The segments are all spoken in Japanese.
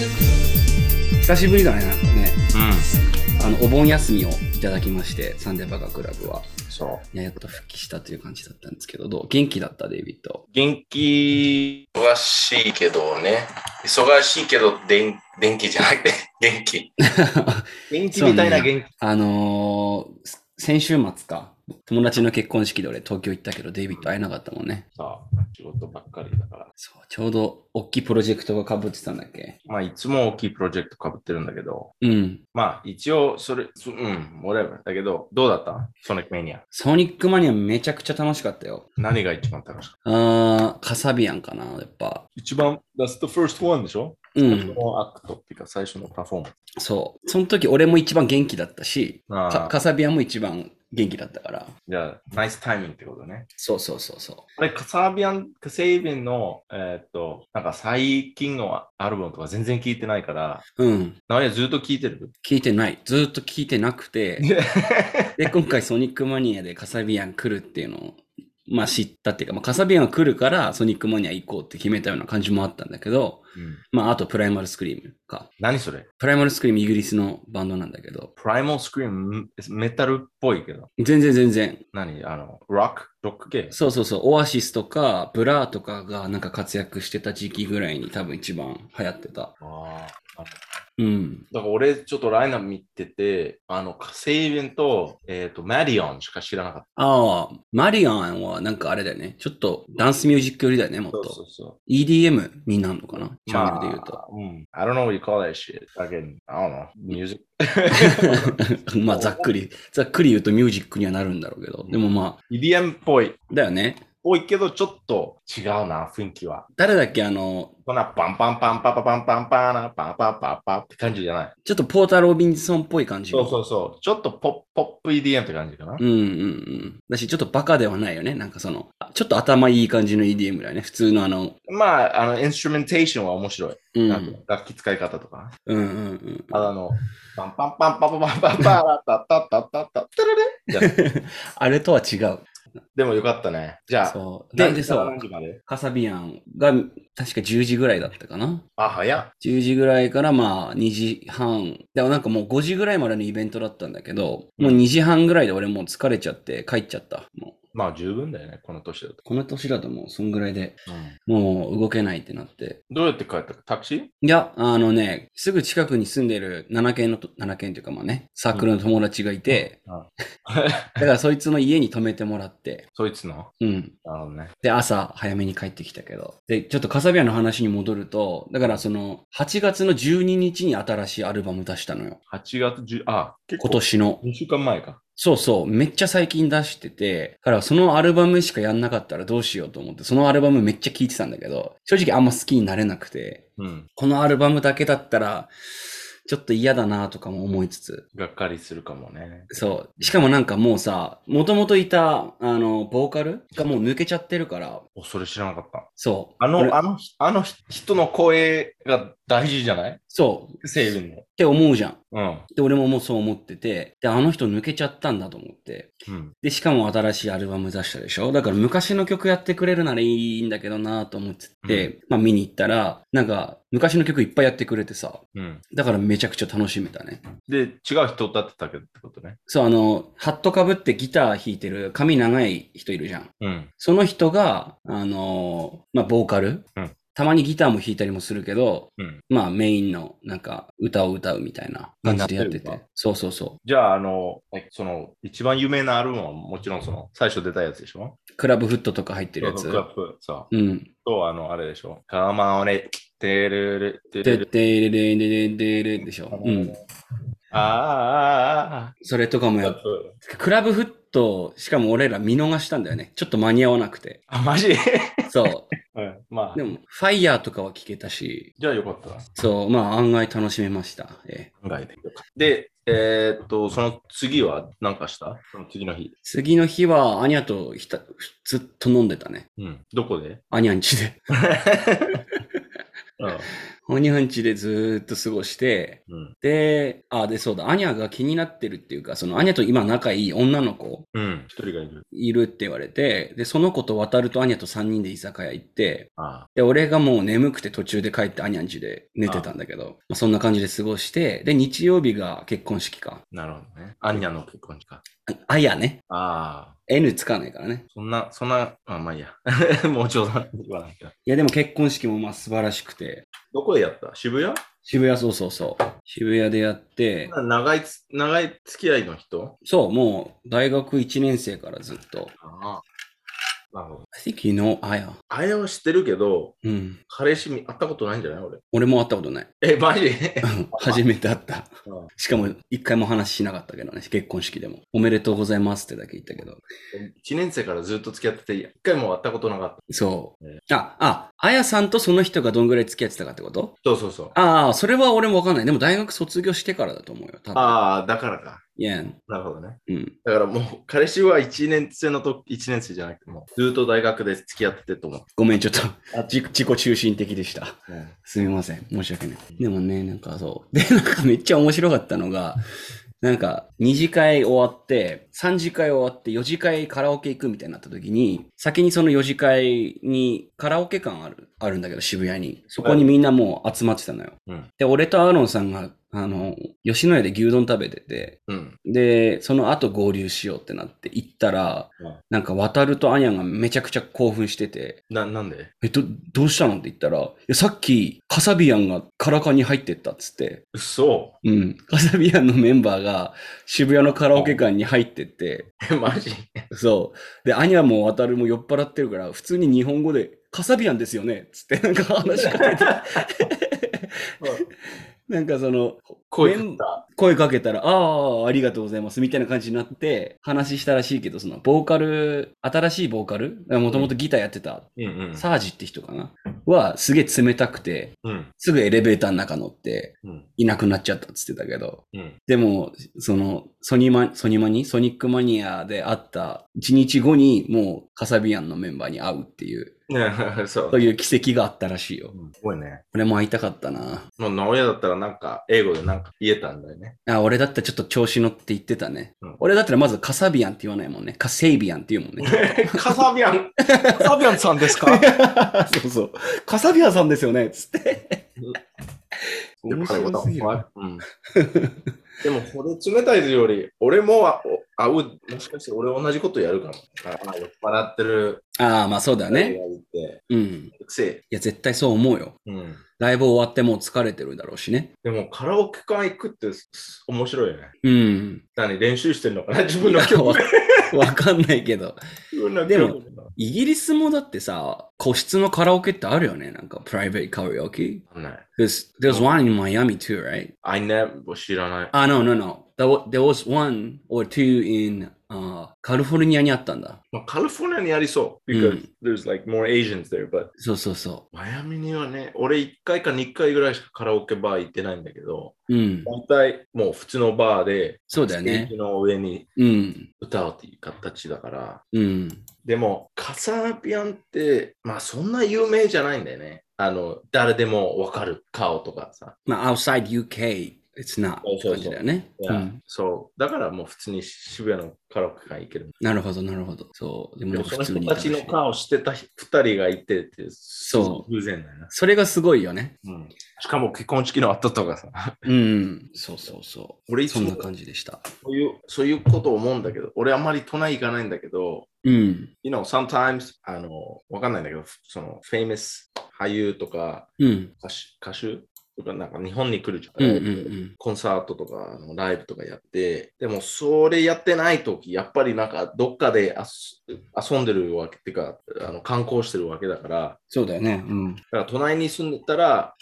久しぶりだね、なんかね。うあの、お盆休みをいただきまして、サンデーバカクラブは、ん。そう。ややっと復帰したという感じだったんですけど、どう元気だった、デイビッド。元気、忙しいけどね。忙しいけど、電電気じゃなくて、 元気。元気みたいな元気。あのーす先週末か、友達の結婚式で俺東京行ったけど、デイビッド会えなかったもんね。さあ、仕事ばっかりだから。そう、ちょうど、大きいプロジェクトが被ってたんだっけまあ、いつも大きいプロジェクト被ってるんだけど、うん。まあ、一応、それ、そうん、whatever。だけど、どうだったソニックメニア。ソニックマニアめちゃくちゃ楽しかったよ。何が一番楽しかったあー、カサビアンかな、やっぱ。一番、that's the first one でしょうん。のアクトっていうか、最初のパフォーマンス。そう。その時俺も一番元気だったし、あかーカサビアンも一番元気だったから。じゃあ、ナイスタイミングってことね。そうそうそうそこれ、カサービアン、カセイビンの、えーっと、なんか最近のアルバムとか全然聞いてないから、う。うん。名前ずっと聞いてる。聞いてない。ずーっと聞いてなく て。で、今回ソニックマニアでカサビアン来るっていうのを、まあ知ったっていうか、まあカサビアンが来るからソニックマニア行こうって決めたような感じもあったんだけど、まああとプライマルスクリームか。何それプライマルスクリームイギリスのバンドなんだけど、プライモスクリームメタルっぽいけど。全然全然。何あの、ロックロック系そうそうそう、オアシスとかブラーとかがなんか活躍してた時期ぐらいに多分一番流行ってた。ああ。うん。だから俺、ちょっとライナー見てて、あの、カセイビンと、えーっと、マディオンしか知らなかった。ああ、マリアンはなんかあれだよね。ちょっとダンスミュージック寄りだよね、もっと。うそう。 EDM になるのかなチまャあンネルで言うと。うん。I don't know what you call that shit. Again, I don't know. Music. まあ、ざっくり、ざっくり言うとミュージックにはなるんだろうけど。でもま EDM っぽい。あ、だよね。多いけど、ちょっと違うな、雰囲気は。誰だっけあの、そんなパンパンパンパパパンパンパーな、パンパンパンパンって感じじゃない。ちょっとポーター・ロビンソンっぽい感じ。そうそううそう。ちょっとポップポップ EDM って感じかな。うんうんうん。だし、ちょっとバカではないよね。なんかその、あちょっと頭いい感じの EDM だよね。普通のあの、まあ、あの、インストゥメンテーションは面白い。うん、うなんんか楽器使い方とか。うんうん。あの、パンパンパンパンパンパンパンパンパンパンパンパンパンタラレあれとは違う。でもよかったね。じゃあ、そう。で、何時でからそう何。時までカサビアンが確か10時ぐらいだったかな。あ、早っ。 10時ぐらいからまあ2時半。でもなんかもう5時ぐらいまでのイベントだったんだけど、もう2時半ぐらいで俺もう疲れちゃって帰っちゃった。もうまあ、十分だよね、この年だと。この年だともうそんぐらいでもう動けないってなって。どうやって帰ったタクシーいや、あのね、すぐ近くに住んでる7軒のと、7軒というかまあね、サークルの友達がいて、うんうん だからそいつの家に泊めてもらって、そいつのうん。なるほどね。で、朝早めに帰ってきたけど。で、ちょっとカサビアの話に戻ると、だからその、8月の12日に新しいアルバム出したのよ。 8月10、あ、結構今年の。 2週間前か。そうそう、めっちゃ最近出してて、だからそのアルバムしかやんなかったらどうしようと思って、そのアルバムめっちゃ聴いてたんだけど、正直あんま好きになれなくて、うん。このアルバムだけだったら、ちょっと嫌だなとかも思いつつ、がっかりするかもね。そう。しかもなんかもうさ、もともといた、あの、ボーカルがもう抜けちゃってるから、お、それ知らなかった。そう。あ俺の、あの、あの人の声が大事じゃないそう。っセイビンの。て思うじゃん。うん。で、俺ももうそう思ってて、で、あの人抜けちゃったんだと思って。うん。で、しかも新しいアルバム出したでしょだから昔の曲やってくれるならいいんだけどなぁと思ってて、まあ見に行ったら、なんか昔の曲いっぱいやってくれてさ、うん。だからめちゃくちゃ楽しめたね。で、違う人歌ってたけどってことね。そう、あの、ハットかぶってギター弾いてる髪長い人いるじゃん。うん。その人が、あのーまあボーカル、うんたまにギターも弾いたりもするけど、うん。まあメインのなんか歌を歌うみたいな感じでやってなっててる。そうそうそう。じゃあ、あの、えその、一番有名なアルバムはもちろんその、最初出たやつでしょクラブフットとか入ってるやつ。クラップ。そうう。ん。と、あの、あれでしょカマオネ、テレレ、テレで、レ。で、で、で、で、で、で、でしょ。うん。あーあー、あーあそれとかもー、やっラップクラブフット、しかも俺ら見逃したんだよね。ちょっと間に合わなくて。あ、マジそうん。まう。でも、ファイヤーとかは聞けたし、じゃあよかったな。そう、まあ案外楽しめました。ええ考えてで、えーっと、その次は何かしたその次の日。次の日は、アニャとひたずっと飲んでたね。 うん。どこでアニャんちで。うん。ホニャンチでずーっと過ごして、うん。で、あ、で、そうだ、アニャが気になってるっていうか、そのアニャと今仲いい女の子うん。一人がいる。いるって言われて、で、その子と渡るとアニャと3人で居酒屋行って、あで、俺がもう眠くて途中で帰ってアニャンジで寝てたんだけど、まあ、そんな感じで過ごして、で、日曜日が結婚式か。なるほどね。アンニャの結婚か。ああやね。ああ。 N つかないからね。そんな、そんな、あまあいいや。 もう冗談言わないけど。いや、でも結婚式もまあ素晴らしくて、どこでやった渋谷渋谷、そうそうそう。渋谷でやって、長いつ、長い付き合いの人そう、もう大学1年生からずっと。ああ。なるほど。 I think you know あや。あれを知ってるけど、うん。彼氏見会ったことないんじゃない俺。俺も会ったことない。 え、マジ 初めて会ったうん。しかも一回も話しなかったけどね、結婚式でも。おめでとうございますってだけ言ったけど。 ?1 年生からずっと付き合ってて、一回も会ったことなかった。そうね。あ、あ、あやさんとその人がどんぐらい付き合ってたかってことそうそうそう。ああ、それは俺もわかんない。でも大学卒業してからだと思うよ。多分。ああ、だからか。いや、なるほどね。うん。だからもう、彼氏は1年生のと、1年生じゃなくても、ずっと大学で付き合っててと思う。ごめん、ちょっと自、自己中心的でした。すみません。申し訳ない。でもね、なんかそう。 で、なんかめっちゃ面白かったのが、なんか、二次会終わって、三次会終わって、四次会カラオケ行くみたいになった時に、先にその四次会にカラオケ館ある、あるんだけど、渋谷に。そこにみんなもう集まってたのよ。うん。で、俺とアーロンさんが、あの、吉野家で牛丼食べてて、うん。で、その後合流しようってなって行ったら、うんなんか渡るとアニャがめちゃくちゃ興奮してて、な、なんでえ、ど、どうしたのって言ったら、いや、さっきカサビアンがカラカンに入ってったっつって、嘘うん、カサビアンのメンバーが渋谷のカラオケ館に入ってって、え、マジそう。で、アニャも渡るも酔っ払ってるから、普通に日本語で、カサビアンですよねっつって、なんか話しかけて、 なんかその、声かけた。声かけたら、ああ、ありがとうございます、みたいな感じになって、話したらしいけど、その、ボーカル、新しいボーカルもともとギターやってた、うんうんサージって人かなは、すげえ冷たくて、うん。すぐエレベーターの中乗って、うん。いなくなっちゃったっつってたけど、うん。でも、その、ソニマ、ソニマニソニックマニアで会った1日後に、もう、カサビアンのメンバーに会うっていう、ね そうと。いう奇跡があったらしいよ。うんすごいね。俺も会いたかったな。もう、直屋だったらなんか、英語でなんか言えたんだよ ね。あ、俺だったらちょっと調子乗って言ってたね。うん俺だったらまずカサビアンって言わないもんね。カセイビアンって言うもんね。カサビアン、カサビアンさんですか そうそう。カサビアンさんですよね。つって。面白すぎる。うん、でも、これ冷たいより、俺もあお会う、もしかして俺同じことやるかも。あ酔っ払ってるああ、まあそうだ人ね。がいて、うん。いうっせえや、絶対そう思うよ。うん。ライブ終わってもう疲れてるだろうしね。でも、カラオケ館行くってすす面白いよね。うん。何練習してんのかな自 分の曲。わわかんないけど。自分ので曲も。イギリスもだってさ、個室のカラオケってあるよね。なんか、プライベートカラオケわかんない There's, there's one in Miami too, right? I never 知らない。あ、no, no, no. There wa- There was one or two in、uh, カリフォルニアにあったんだ。まあ、カリフォルニアにありそう。う because ん there's like more Asians there, but そうそうそマヤミにはね、俺1回か2回ぐらいしかカラオケバー行ってないんだけど、う。うん。大体もう普通のバーで、そうだよステーねジ。の上にうん。歌うっていう形だから。うん。でも、カサビアンって、まあそんな有名じゃないんだよね。あの、誰でもわかる顔とかさ。まあ、outside UK, it's not そうそうそう感じだよね。いやうん。そう。だからもう普通に渋谷のカラオケ館行ける。なるほど、なるほど。そう。でもでなんもかそ普通の人にたちの顔してた2人がいてって、そう偶然だよな。それがすごいよね。うん。しかも結婚式の後とかさ。うん。そうそうそう。俺いつそもんな感じでした。そういう、そういうことを思うんだけど、俺あんまり都内行かないんだけど、うん。 you know, sometimes, あの、わかんないんだけど、その、famous 俳優とかうん。歌手、歌手とか、なんか日本に来るじゃ。うんんうんうん。コンサートとかあのライブとかやって、でもそれやってないとき、やっぱりなんかどっかで遊遊んでるわけっていうか、あの観光してるわけだから、そうだよね。うん。だから隣に住んでたら、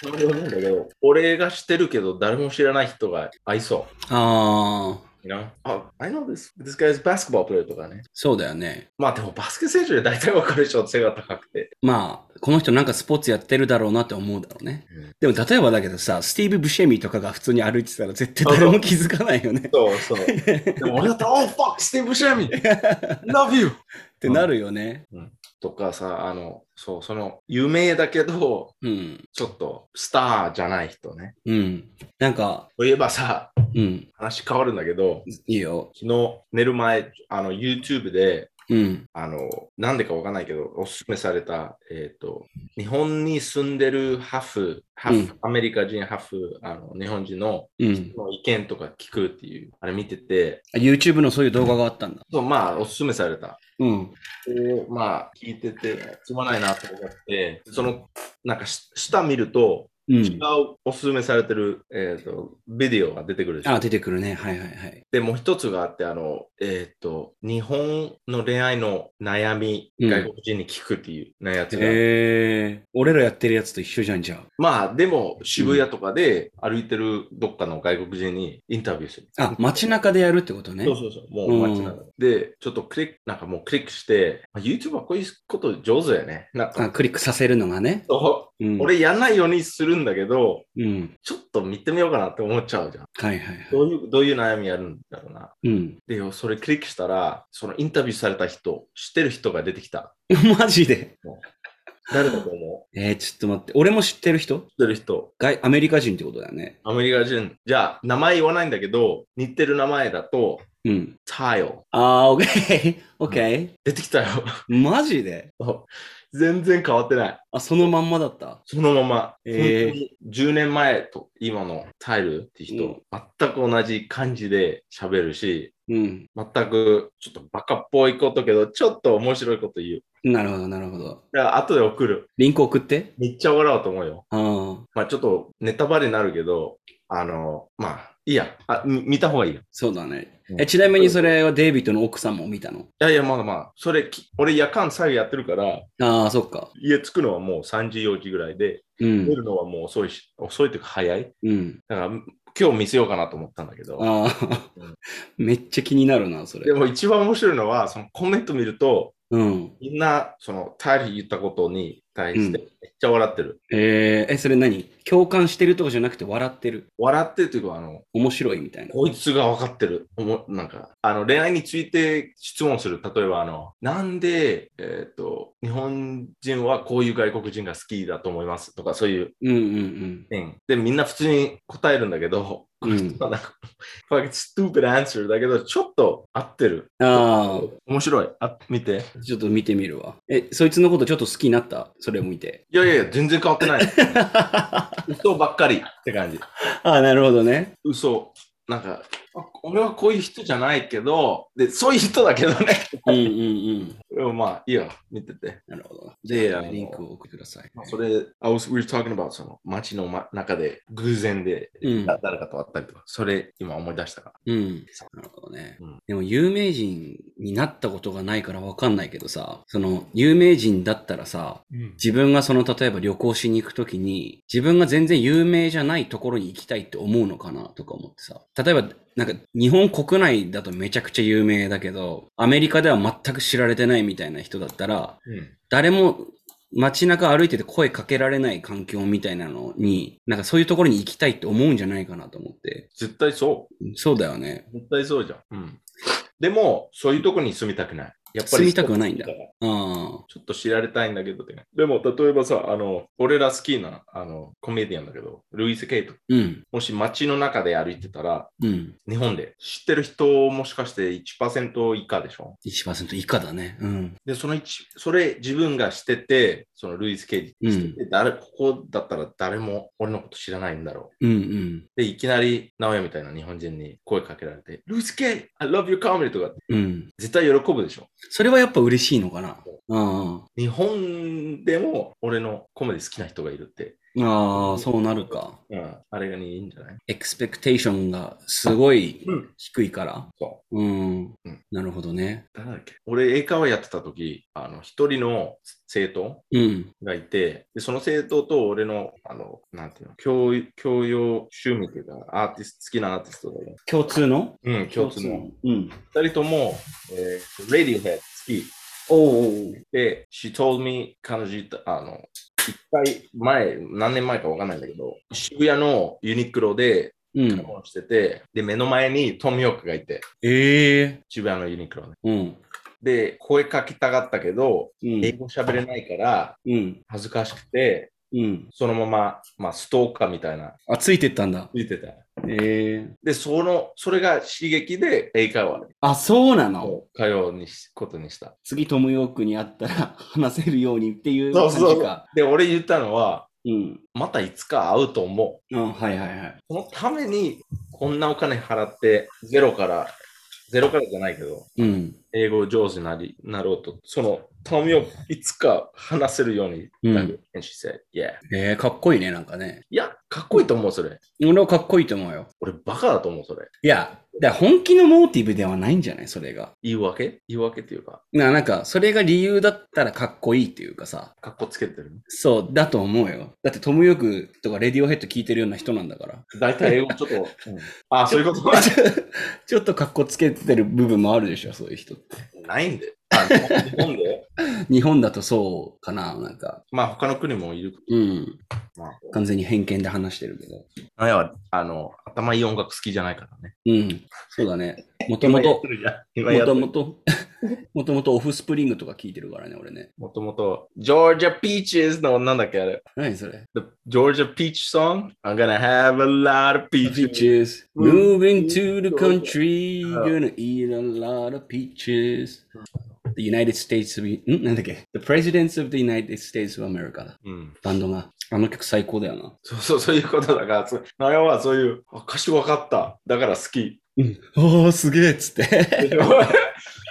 それなんだけど、俺がしてるけど誰も知らない人が合いそう。ああ、 You know? Oh, I know this. This guy's basketball player とかね。そうだよね。まあでもバスケ選手で大体わかるでしょ、背が高くて。まあ、この人なんかスポーツやってるだろうなって思うだろうね。でも例えばだけどさ、スティーブ・ブシェミとかが普通に歩いてたら絶対誰も気づかないよね。そうそう。でも俺だったら、Oh fuck, スティーブ・シェミ !Love you! ってなるよね。うんとかさ、あの、そう、その、有名だけど、うん。ちょっとスターじゃない人ね。うん。なんか、といえばさ、うん。話変わるんだけど、いいよ。昨日寝る前、あの、YouTube で、うん。あの、なんでかわかんないけど、おすすめされた、えっ、と、日本に住んでるハーフ、ハーフ、アメリカ人ハーフ、あの、日本人のうん。の意見とか聞くっていう、あれ見てて、あ YouTube のそういう動画があったんだ。そうまあ、おすすめされた。うん。で、まあ、聞いてて、つまらないなと思って、その、なんかし、下見ると、う違ん。うおすすめされてる、えっ、と、ビデオが出てくるでしょあ、出てくるね。はいはいはい。で、もう一つがあって、あの、えっ、と、日本の恋愛の悩み、うん外国人に聞くっていうねやつが、へえ。俺らやってるやつと一緒じゃんじゃん。まあ、でも、渋谷とかで歩いてるどっかの外国人にインタビューする。あ、街中でやるってことね。そうそうそう、もう街なの、で、ちょっとクリック、なんかもうクリックして、まあ YouTube はこういうこと上手だよね。なんあか、クリックさせるのがね。そううん。俺やんないようにするんだけど、うん。ちょっと見てみようかなって思っちゃうじゃん。はいはいはい。どういう、どういう悩みあるんだろうな。うん。 で、それクリックしたら、そのインタビューされた人、知ってる人が出てきた。マジで。誰だと思うえー、ちょっと待って。俺も知ってる人知ってる人。外アメリカ人ってことだよね。アメリカ人。じゃあ、名前言わないんだけど、似てる名前だと、うん。タイル。あー、オッ ケー。オッケ出てきたよ。 ー。マジで全然変わってない。あ、そのまんまだった。そのまま。えー本当に10年前と今のタイルって人、うん全く同じ感じで喋るし、うん。全くちょっとバカっぽいことけど、ちょっと面白いこと言う。なるほど、なるほど。だから後で送る。リンク送って。めっちゃ笑うと思うよ。ああ、まあちょっとネタバレになるけど、あの、まあ、いいや。あみ見た方がいいよ。いそうだねう。んえ、ちなみにそれはデイビッドの奥さんも見たのやいや、まあまあ、それ、き俺夜間作業やってるから、ああ、そっか。家着くのはもう3時、4時ぐらいで、う寝ん。るのはもう遅いし、遅いというか早い。うん。だから、今日見せようかなと思ったんだけど、ああうん、 めっちゃ気になるな、そでれ。も一番面白いのは、そのコメント見ると、うん。みんな、その、タイル言ったことに対して、うめっちゃ笑ってる。えー、え、それ何共感してるとかじゃなくて笑ってる。笑ってるというか、あの、面白いみたいな。こいつが分かってる。おもなんか、あの、恋愛について質問する。例えば、あの、なんで、えっ、と、日本人はこういう外国人が好きだと思いますとか、そういう、うんうんうんで、みんな普通に答えるんだけど、うん。うん、 なんか、fucking stupid answer だけど、ちょっと合ってる。あ面白い。あ、見て。あ、ちょっと見てみるわ。え、そいつのことちょっと好きになったそれを見て。いやいやいや、全然変わってない。 あ嘘ばっかりって感じ。あ、なるほどね。嘘。なんか、あ俺はこういう人じゃないけど、で、そういう人だけどね。うんうんうん。でもまあ、いいよ。見てて。なるほど。であのリンクを送ってください。まあ、それ、I was, we were talking about その街の、ま、中で偶然で、うんだ誰かと会ったりとか、それ今思い出したから。うん。なるほどね。うんでも有名人になったことがないからわかんないけどさ、その有名人だったらさ、自分がその例えば旅行しに行くときに、自分が全然有名じゃないところに行きたいって思うのかなとか思ってさ、例えばなんか日本国内だとめちゃくちゃ有名だけど、アメリカでは全く知られてないみたいな人だったら、誰も街中歩いてて声かけられない環境みたいなのに、なんかそういうところに行きたいって思うんじゃないかなと思って。絶対そそうだよね。う。絶対そうじゃん。でも、そういうとこに住みたくない。やっぱり住みたくはないんだちょああ。っと知られたいんだけどね。でも、例えばさ、あの、俺ら好きな、あの、コメディアンだけど、ルイス・ケイト。うん。もし街の中で歩いてたら、うん。日本で知ってる人もしかして1%以下でしょ1%以下だね。うん。で、その一、それ自分がしてて、そのルイス・ケイジしてて、誰、ここだったら誰も俺のこと知らないんだろうんうん。う。で、いきなり、直哉みたいな日本人に声かけられて、ルイス・ケイジ I love your comedy とか、うん。絶対喜ぶでしょ。それはやっぱ嬉しいのかな。あ日本でも俺のコメディ好きな人がいるって、あ。ああ、そうなるか。うん、あれがいいんじゃないエクスペクテーションがすごいうん低いから。。そううんうん。なるほどね。う。誰だっけ俺、英会話やってた時、あの、一人の生徒うん。がいて、でその生徒と俺の、あの、なんていうの、教育教養趣味というか、アーティスト、好きなアーティストがいる共通のうん、共通の。。うん。二人とも、えー、Radiohead 好き。おうおうおう。で、she told me 彼女言った、あの、一回前、何年前かわかんないんだけど、渋谷のユニクロでうん買い。物してて、で、目の前にトムヨークがいて、ええ渋谷のユニクロね。うん。で、声かけたかったけど、うん英語喋れないから、うん。恥ずかしくて、うん。そのまま、まあ、ストーカーみたいな、あ、ついてったんだ。ついてた。ええで、その、それが刺激で英会話あ、そうなの。を通うにしことにした。次、トムヨークに会ったら話せるようにっていうそう感じか。そうで、俺言ったのは、うん。またいつか会うと思う。あ、はいはいはい。そのために、こんなお金払って、ゼロから、ゼロからじゃないけど、うん。英語上手になりなろうと、その、頼みをいつか話せるように、うん And she said, yeah. ええかっこいいね、なんかね。いや、かっこいいと思う、それ。俺はかっこいいと思うよ。俺、バカだと思う、それ。いや、だから本気のモーティブではないんじゃないそれが。言い訳言い訳っていうか、ななんか、それが理由だったらかっこいいっていうかさ。かっこつけてるね。そう、だと思うよ。だってトムヨークとかレディオヘッド聞いてるような人なんだから。 大体英語ちょっと、 うんあ、そういうことちょっとかっこつけてる部分もあるでしょ、そういう人って。ないんで。あ日本で日本だとそうかな、なんか。まあ、他の国もいる。うん。まあ、完全に偏見で話してるけど。あやは、あの、頭いい音楽好きじゃないからね。うん。そうだね。もともと、今やもってとるもと、もともとオフスプリングとか聞いてるからね、俺ね。もともと、ジョージア・ピーチーズの、なんだっけ、あれ。何それ The Georgia Peach song? I'm gonna have a lot of peaches. ?Peaches moving to the country, gonna eat a lot of peaches. The United States of, んなんだっけ ?The Presidents of the United States of America だ。うん、バンドが。あの曲最高だよな。そうそう、そういうことだから、そうなやはそういう、あ、歌詞わかった。だから好 き。うん。おー、すげえっつって。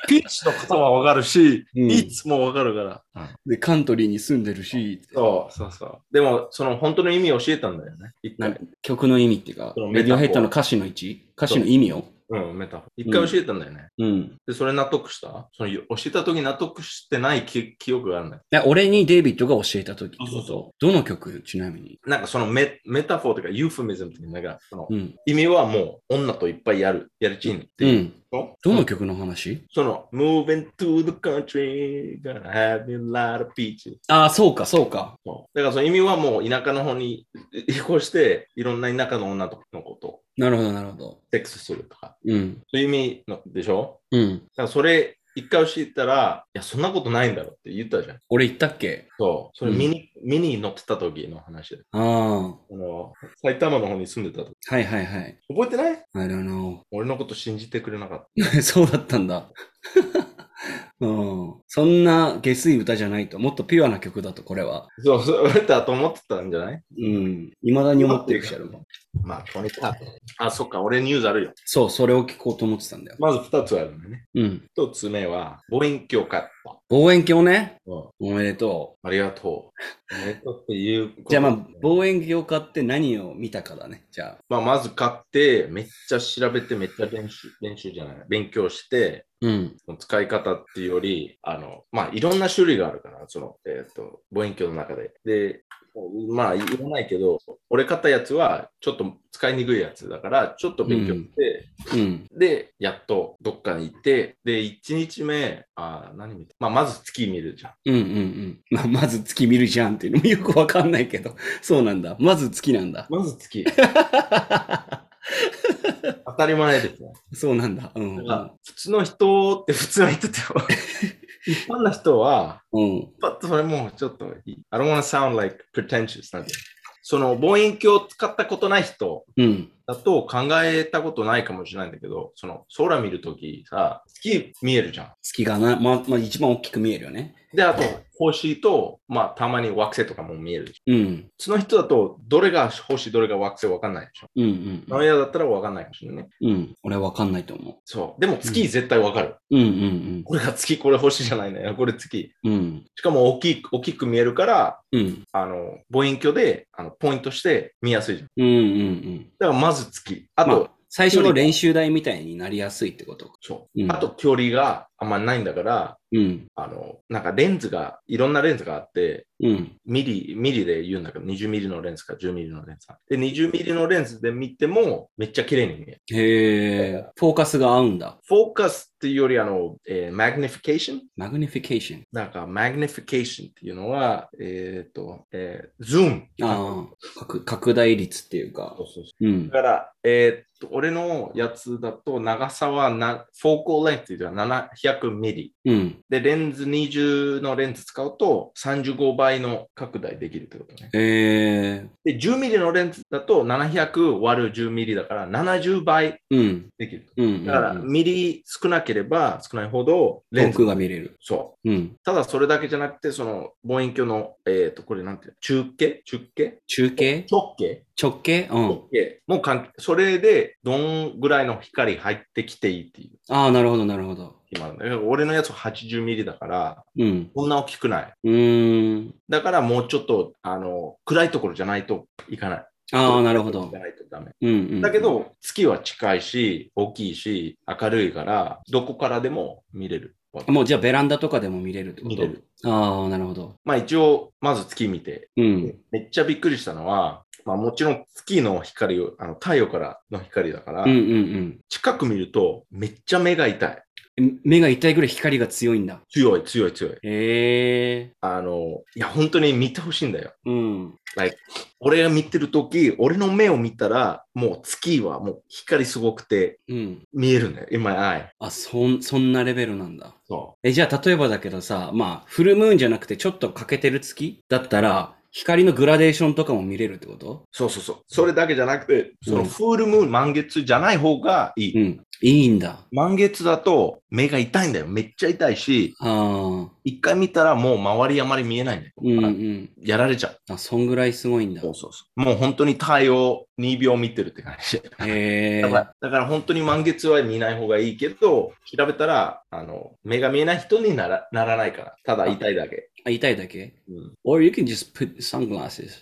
ピーチのことはわかるし、うんいつもわかるから、で、カントリーに住んでるし、そうそうそう。でも、その本当の意味を教えたんだよね。一な回んか曲の意味っていうかその、メレタフディォーオヘッドの歌詞の位置歌詞の意味をうん、メタフォー。一回教えたんだよね。うん。で、それ納得したその教えた時納得してない記記憶があるんだよ。で俺にデイビッドが教えた時ってこそうそうと。どの曲ちなみに。なんかそのメメタフォーとかユーフミズムっていうかなんか、そのうん。意味はもう女といっぱいやる、やるチームってういう。ん。どの曲の話その、moving to the country, gonna have a lot of peaches. ああ、そうか、そうか。だからその意味はもう田舎の方に 移行して、いろんな田舎の女の子となるほど、なるほど。セックスするとか、うん。そういう意味のでしょうん。だからそれ、一回教えたら、いや、そんなことないんだろうって言ったじゃん。俺言ったっけそう。それうんミニ、ミニに乗ってた時の話で。ああ。はあの、埼玉の方に住んでた時。いはいはい。覚えてない I don't 俺のこと信じてくれなかった。 know. そうだったんだ。 うん、そんな下水歌じゃないと、もっとピュアな曲だと、これは。そう、そうだと思ってたんじゃないうん。未だに思ってる人あるまあ、とにかく。あ、そっか、俺ニュースあるよ。そう、それを聞こうと思ってたんだよ。まず二つあるんだよね。うん。一つ目は、望遠鏡買った。望遠鏡ね。うん、おめでとありがとう。えっとっていうことう。じゃあまあ、望遠鏡買って何を見たかだね。じゃあ。まあ、まず買って、めっちゃ調べて、めっちゃ練習、練習じゃない、勉強して、うん。その使い方っていうより、あの、まあ、いろんな種類があるから、その、えっ、と、望遠鏡の中で。で、まあ、言わないけど、俺買ったやつは、ちょっと使いにくいやつだから、ちょっと勉強して、うん。で、やっとどっかに行って、で、1日目、あー何見て、まあ、まず月見るじゃん。うんうんうん。まあ、まず月見るじゃんっていうのもよくわかんないけど。そうなんだ。まず月なんだ。 まず月。当たり前ですね。そうなんだ。うん。うだんから普通の人って普通の人って 一般の人は、うん。パッとそれもうちょっといい、I don't wanna sound like pretentious なんで、その望遠鏡を使ったことない人うん。だと考えたことないかもしれないんだけど、その空見るときさ、月見えるじゃん。月がな、まあ、まあ、一番大きく見えるよね。で、あと星と、まあたまに惑星とかも見える。うん。その人だと、どれが星、どれが惑星わかんないでしょ。うんうん名古屋だったらわかんないかもしれないね。うん。うん。俺はわかんないと思そう。でも月絶対わかる。う。うんうんこれが月、これ星じゃないね。これ月。うん。うん。しかも大きい大きく見えるから、うん。あの望遠鏡であのポイントして見やすいじゃん。うんうんうん。だからまず月。あと、まあ、最初の練習台みたいになりやすいってことか。そううんあと距離があんまないんだから、うん。あの、なんかレンズが、いろんなレンズがあって、うん。ミリ、ミリで言うんだけど、20ミリのレンズか10ミリのレンズか。で、20ミリのレンズで見ても、めっちゃ綺麗に見える。へえ。フォーカスが合うんだ。フォーカスっていうより、あの、えー、マグニフィケーションマグニフィケーション。なんか、マグニフィケーションっていうのは、えっ、と、えー、ズーム。ああ。拡拡大率っていうかそう。そうそううん。だから、えーっと、俺のやつだと長さはな、フォーコーレンズっていうのは700ミリ。うん。で、レンズ20のレンズ使うと35倍の拡大できるってことね。へえ。で、10ミリのレンズだと700割る10ミリだから70倍うん。できる。うんうん。だから、うんミリ少なければ少ないほどレン遠ズ。くが見れる。そう。うん。ただそれだけじゃなくて、その望遠鏡の、えーっと、これなんていうの中径中径中継直径直径うん。 OK もう関係それでどんぐらいの光入ってきていいっていうああ、なるほど、なるほど。決まるんだけど俺のやつ80ミリだからうん。こんな大きくないうーん。だからもうちょっとあの暗いところじゃないといかないああ、なるほど暗いところじゃ。ないとダメうん、うん。だけ、ど月は近いし大きいし明るいからどこからでも見れるもうじゃあベランダとかでも見れるってこと見れるああ、なるほど。まあ一応まず月見てうん。めっちゃびっくりしたのはまあもちろん月の光をあの太陽からの光だから、うんうん近く見るとめっちゃ目が痛いうん。目が痛いぐらい光が強いんだ。強い強い強いへえ。あの、いや、本当に見てほしいんだよ。うん。俺が見てるとき、俺の目を見たら、もう月はもう光すごくてうん。見えるんだよ。今、はい。あ、そん、そんなレベルなんだ。そえ、じゃあ例えばだけどさ、まあ、フルムーンじゃなくてちょっと欠けてる月だったら、光のグラデーションとかも見れるってことう。そうそうそう。それだけじゃなくて、そのうんフールムーン、満月じゃない方がいい。うん。いいんだ。満月だと目が痛いんだよ。めっちゃ痛いし、ああ。一回見たらもう周りあまり見えないんだよ。うんうん。やられちゃう。あ、そんぐらいすごいんだ。そうそうそう。もう本当に太陽2秒見てるって感じ。 へえや。ばいだから本当に満月は見ない方がいいけど、調べたら、あの、目が見えない人にならならないから、ただ痛いだけ。あ、痛いだけうん ?or you can just put sunglasses.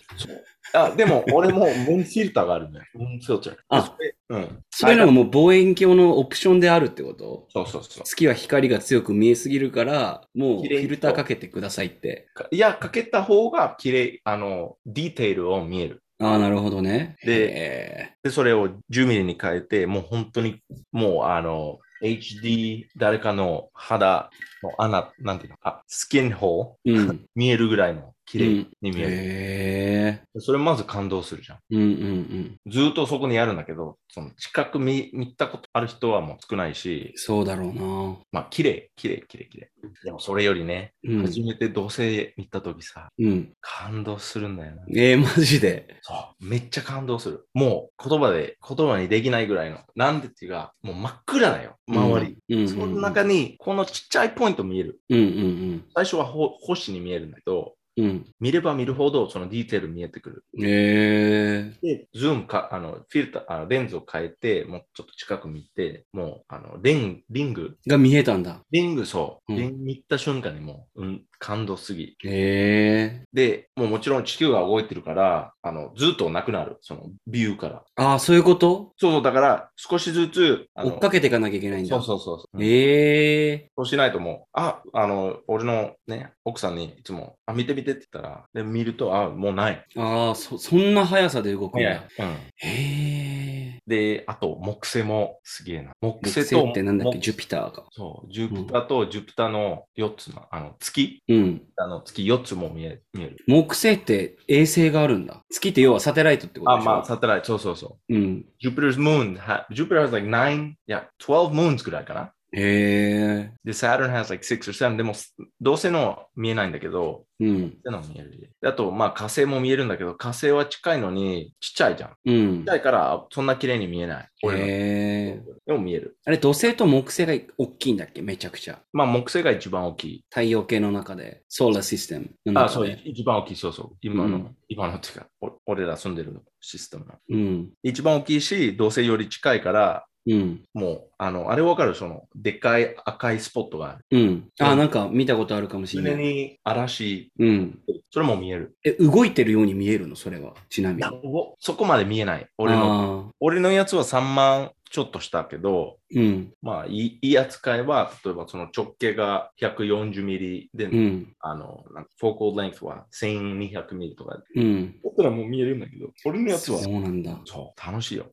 あでも、俺もムーンフィルターがあるね。ムーンフィルター。 あそれうん。そういうのがもう望遠鏡のオプションであるってことそうそうそう。月は光が強く見えすぎるから、もうフ綺麗にィルターかけてくださいって。かいや、かけた方が綺麗あの、ディテールを見える。ああ、なるほどね。で、で、それを10ミリに変えて、もう本当に、もうあの、HD、誰かの肌の穴、なんていうのか、スキンホーうん。見えるぐらいの綺麗に見える。へえ。それまず感動するじゃん。うんうんうん。ずーっとそこにあるんだけど、その近く見見たことある人はもう少ないし、そうだろうな。まあ、綺麗、綺麗、綺麗、綺麗。でもそれよりね、うん。初めて同性見たときさ、うん。感動するんだよな。えー、マジで。そう、めっちゃ感動する。もう言葉で、言葉にできないぐらいの。なんでっていうか、もう真っ暗だよ、周り。り。うん。その中に、このちっちゃいポイント見える。うんうん最初はほ星に見えるんだけど、うん。うん。見れば見るほどそのディテール見えてくる。へえ。で、ズームか、あの、フィルター、あのレンズを変えて、もうちょっと近く見て、もう、あの、レン、リング、が見えたんだ。リング、そう、うんリング見た瞬間にもう、うん、感動すぎ。へえ。で、もうもちろん地球が動いてるから、あの、ずっとなくなる、その、ビューから。ああ、そういうことそうそう、だから、少しずつ、あ追の、っかけていかなきゃいけないんそだう。そうそうそう。へえ。そうしないともう、あ、あの、俺のね、奥さんにいつも、あ、見て見てって言ったら、で、見ると、あ、もうない。ああ、そ、そんな速さで動くん早だい。。うん。へえ。で、あと、木星もすげえな。木木星星と、ってなんだっけ木ジュピターか。そう、ジュピターとジュピターの4つの、あの月、うん。あの月4つも見え見える。木星って衛星があるんだ。月って要はサテライトってことあ、でしょまあ、サテライト、そうそうそう。うん。 Jupiter's moon, ha- Jupiter has like nine, yeah, 12 moons ぐらいかな。へえ。で、Saturn has like six or seven. でも、どうせの見えないんだけど、うん。っての見えるし。であと、まあ、火星も見えるんだけど、火星は近いのに、ちっちゃいじゃん。ちっうんち。ゃいから、そんな綺麗に見えない。俺へのえ。でも見える。あれ、土星と木星が大きいんだっけめちゃくちゃ。まあ、木星が一番大きい。太陽系の中で。ソーラーシステムの中で。あ、そう、一番大きい、そうそう。今の、うん今のっていうか、お俺ら住んでるシステムの。うん。一番大きいし、同性より近いから、うん。もう、あの、あれわかるその、でっかい赤いスポットがある。うん。あうあ、んなんか見たことあるかもし常れない。に嵐、うん。それも見える。え、動いてるように見えるのそれは。ちなみいにや。おそこまで見えない。俺の、あー俺のやつは3万ちょっとしたけど、うん。まあ、いいいい扱いは、例えばその直径が140ミリで、うん。あの、なんかフォーコーレンスは1200ミリとか。うん。僕らもう見えるんだけど、俺のやつは、そうなんだ。そう、楽しいよ。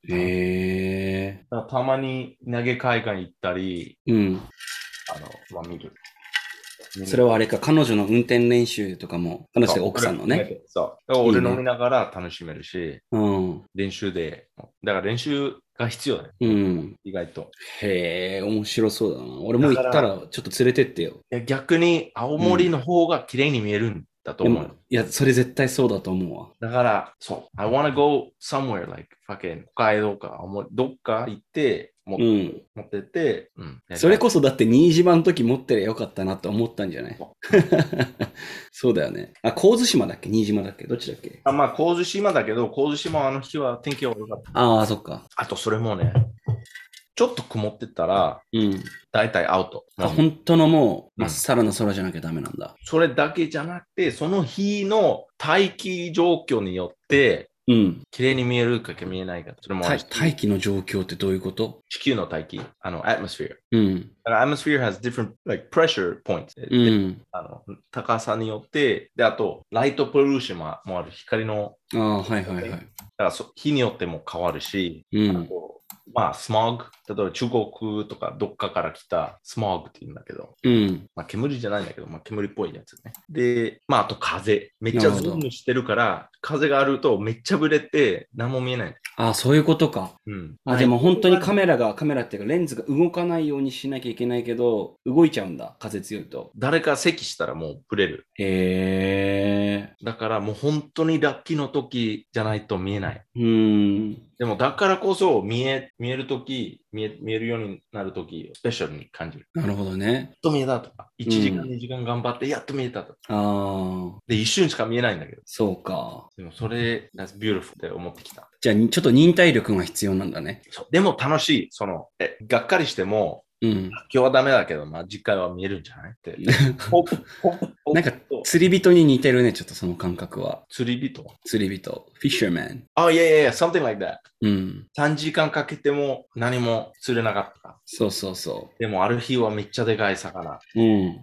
へえ。だからたまに投げ海岸行ったり、うん。あの、まあ見る。それはあれか、彼女の運転練習とかも、彼女そでう奥さんのね。。そう。だから俺いいね飲みながら楽しめるし、うん。練習で、だから練習が必要だね、うん。意外と。へえ、面白そうだな。俺も行ったら、ちょっと連れてってよ。で逆に青森の方が綺麗に見えるんだとで思う。も、いや、それ絶対そうだと思うわ。だから、そう。I wanna go somewhere like fucking 北海道か青森、どっか行って、もうん。持ってって、うん。それこそだって新島の時持ってりゃよかったなって思ったんじゃない そうだよね。あ、神津島だっけ新島だっけどっちだっけあまあ、神津島だけど、神津島はあの日は天気が悪かった。ああ、そっか。あと、それもね、ちょっと曇ってたら、うん。大体アウト。あ、本当のもう、うんまっさらな空じゃなきゃダメなんだ。それだけじゃなくて、その日の大気状況によって、うん。綺麗に見えるか見えないか、それもあたるし大気の状況ってどういうこと地球の大気、あの、atmosphere。うん。だから atmosphere has different like pressure points、うん。あの。高さによって、で、あと、ライトポルーションももある、光の、ああ、はいはいはい。だからそ日によっても変わるし、うあん。とまあ、スモーグ、例えば中国とかどっかから来たスモーグって言うんだけど、うん。まあ、煙じゃないんだけど、まあ、煙っぽいやつね。で、まあ、あと風。めっちゃズームしてるから、風があるとめっちゃぶれて、何も見えない。ああ、そういうことか。うん。あ、でも本当にカメラが、カメラっていうかレンズが動かないようにしなきゃいけないけど、動いちゃうんだ。風強いと。誰か咳したらもうぶれる。へえ。だからもう本当にラッキーの時じゃないと見えない。うん。でもだからこそ見え、見える時、見え、見えるようになる時、スペシャルに感じる。なるほどねや。っと見えたとか、1時間、うん2時間頑張って、やっと見えたとか。ああ、で、一瞬しか見えないんだけど。そうか。でもそれ、that's beautiful って思ってきた。じゃあ、にちょっと忍耐力が必要なんだね。そうでも楽しい。その、え、がっかりしても、うん。 今日はダメだけど、まあ、次回は見えるんじゃないって。ほっほっほっなんか、釣り人に似てるね、ちょっとその感覚は。釣り人。釣り人。フィッシャーマン。あ、いやいやいや、something like that。うん。 3時間かけても何も釣れなかった。そうそうそでも、ある日はめっちゃでかい魚。う。うん。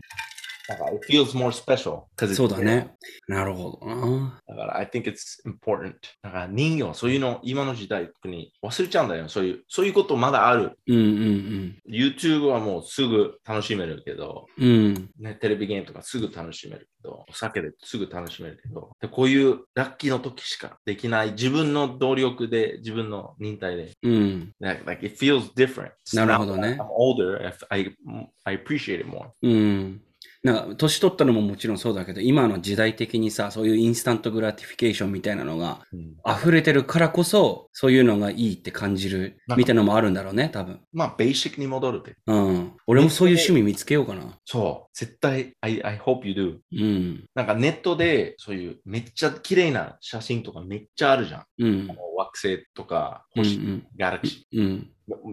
だから、it feels more special. そうだ。ね。なるほどな。だから、I think it's important. だから、人形、そういうの、今の時代、特に忘れちゃうんだよ。そういう、そういうことまだある。うんうん YouTube はもうすぐ楽しめるけど、うん。うん。ね、テレビゲームとかすぐ楽しめるけど、お酒ですぐ楽しめるけど、でこういうラッキーの時しかできない自分の動力で、自分の忍耐で、うん。 like, like it feels different. なるほどね Now that I'm older, I, I appreciate it more. うん。なんか、年取ったのももちろんそうだけど、今の時代的にさ、そういうインスタントグラティフィケーションみたいなのが溢れてるからこそ、そういうのがいいって感じるみたいなのもあるんだろうね、多分。まあ、ベーシックに戻るで。うん。俺もそういう趣味見つけようかな。そう、絶対、I, I hope you do. うん。なんかネットで、そういうめっちゃ綺麗な写真とかめっちゃあるじゃん。うん。惑星とかうんう星、ん。ガラクシうん。ー。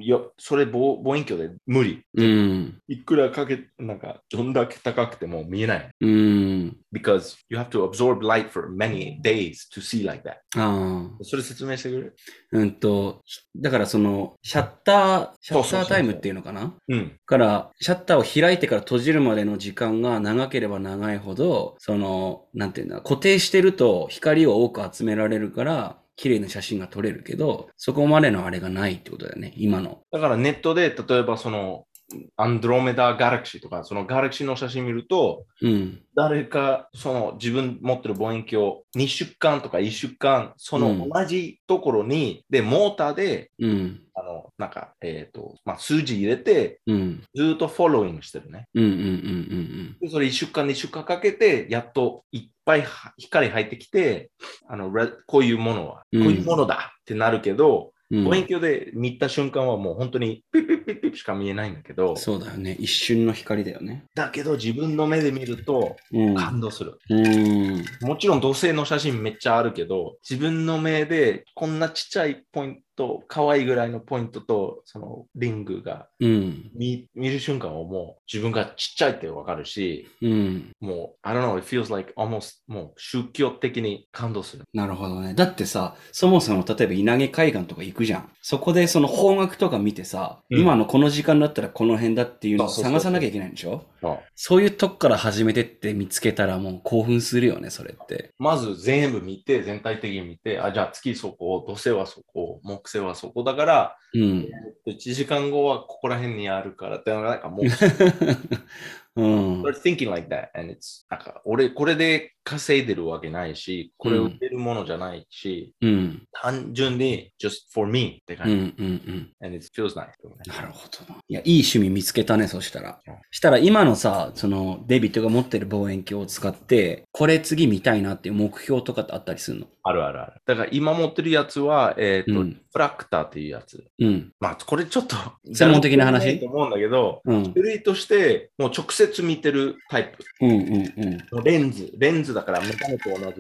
いや、それ望望遠鏡で無理。うん。いくらかけ、なんか、どんだけ高くても見えない。うん。 because you have to absorb light for many days to see like that. ああ。それ説明してくれるうんと、ひだからその、シャッター、シャそうッそタうそうーそうタイムっていうのかなうん。から、シャッターを開いてから閉じるまでの時間が長ければ長いほど、その、なんていうんだ、固定してると光を多く集められるから、綺麗な写真が撮れるけど、そこまでのあれがないってことだよね、今の。だからネットで、例えばその、アンドロメダガラクシーとか、そのガラクシーの写真見ると、うん。誰か、その自分持ってる望遠鏡、2週間とか1週間、その同じところに、で、モーターで、うん。あの、なんか、えっ、と、まあ、数字入れて、うん。ずっとフォローイングしてるね。うんうんうんうんでそれ1週間、2週間かけて、やっといっぱいは光入ってきて、あのレこういうものは、うんこういうものだってなるけど、うん。う望ん遠鏡で見た瞬間はもう本当にピッピッピッピッしか見えないんだけど、そうだよね。一瞬の光だよね。だけど自分の目で見るとうん。感動する。うん。もちろん土星の写真めっちゃあるけど、自分の目でこんなちっちゃいポインと可愛いぐらいのポイントと、そのリングがうん。見見る瞬間はもう自分がちっちゃいってわかるし、うん。もう、I don't know, it feels like almost もう宗教的に感動する。なるほどね。だってさ、そもそも例えば稲毛海岸とか行くじゃん。そこでその方角とか見てさ、うん今のこの時間だったらこの辺だっていうのをそうそうそう探さなきゃいけないんでしょあそういうとこから始めてって見つけたらもう興奮するよね、それって。まず全部見て、全体的に見て、あ、じゃあ月そこ、土星はそこ、木星はそこだから、うん。 1時間後はここら辺にあるからって、なんかもう、うん。 But thinking like that, and it's なんか俺これで稼いでるわけないし、これ売ってるものじゃないし、うん。単純に just for me ってうん。う感じ。ん。うん。 and it feels nice. なるほどな。いや、いい趣味見つけたね、そしたらうん。したら今のさ、そのデビットが持ってる望遠鏡を使って、これ次見たいなっていう目標とかってあったりするのあるあるある。だから今持ってるやつは、えっ、と、うんフラクターっていうやつ。うん。まあ、これちょっと専門的な話いと思うんだけど、うん。種類として、もう直接見てるタイプ。うんうんうん。もうレンズ、レンズだからメタルと同じ。直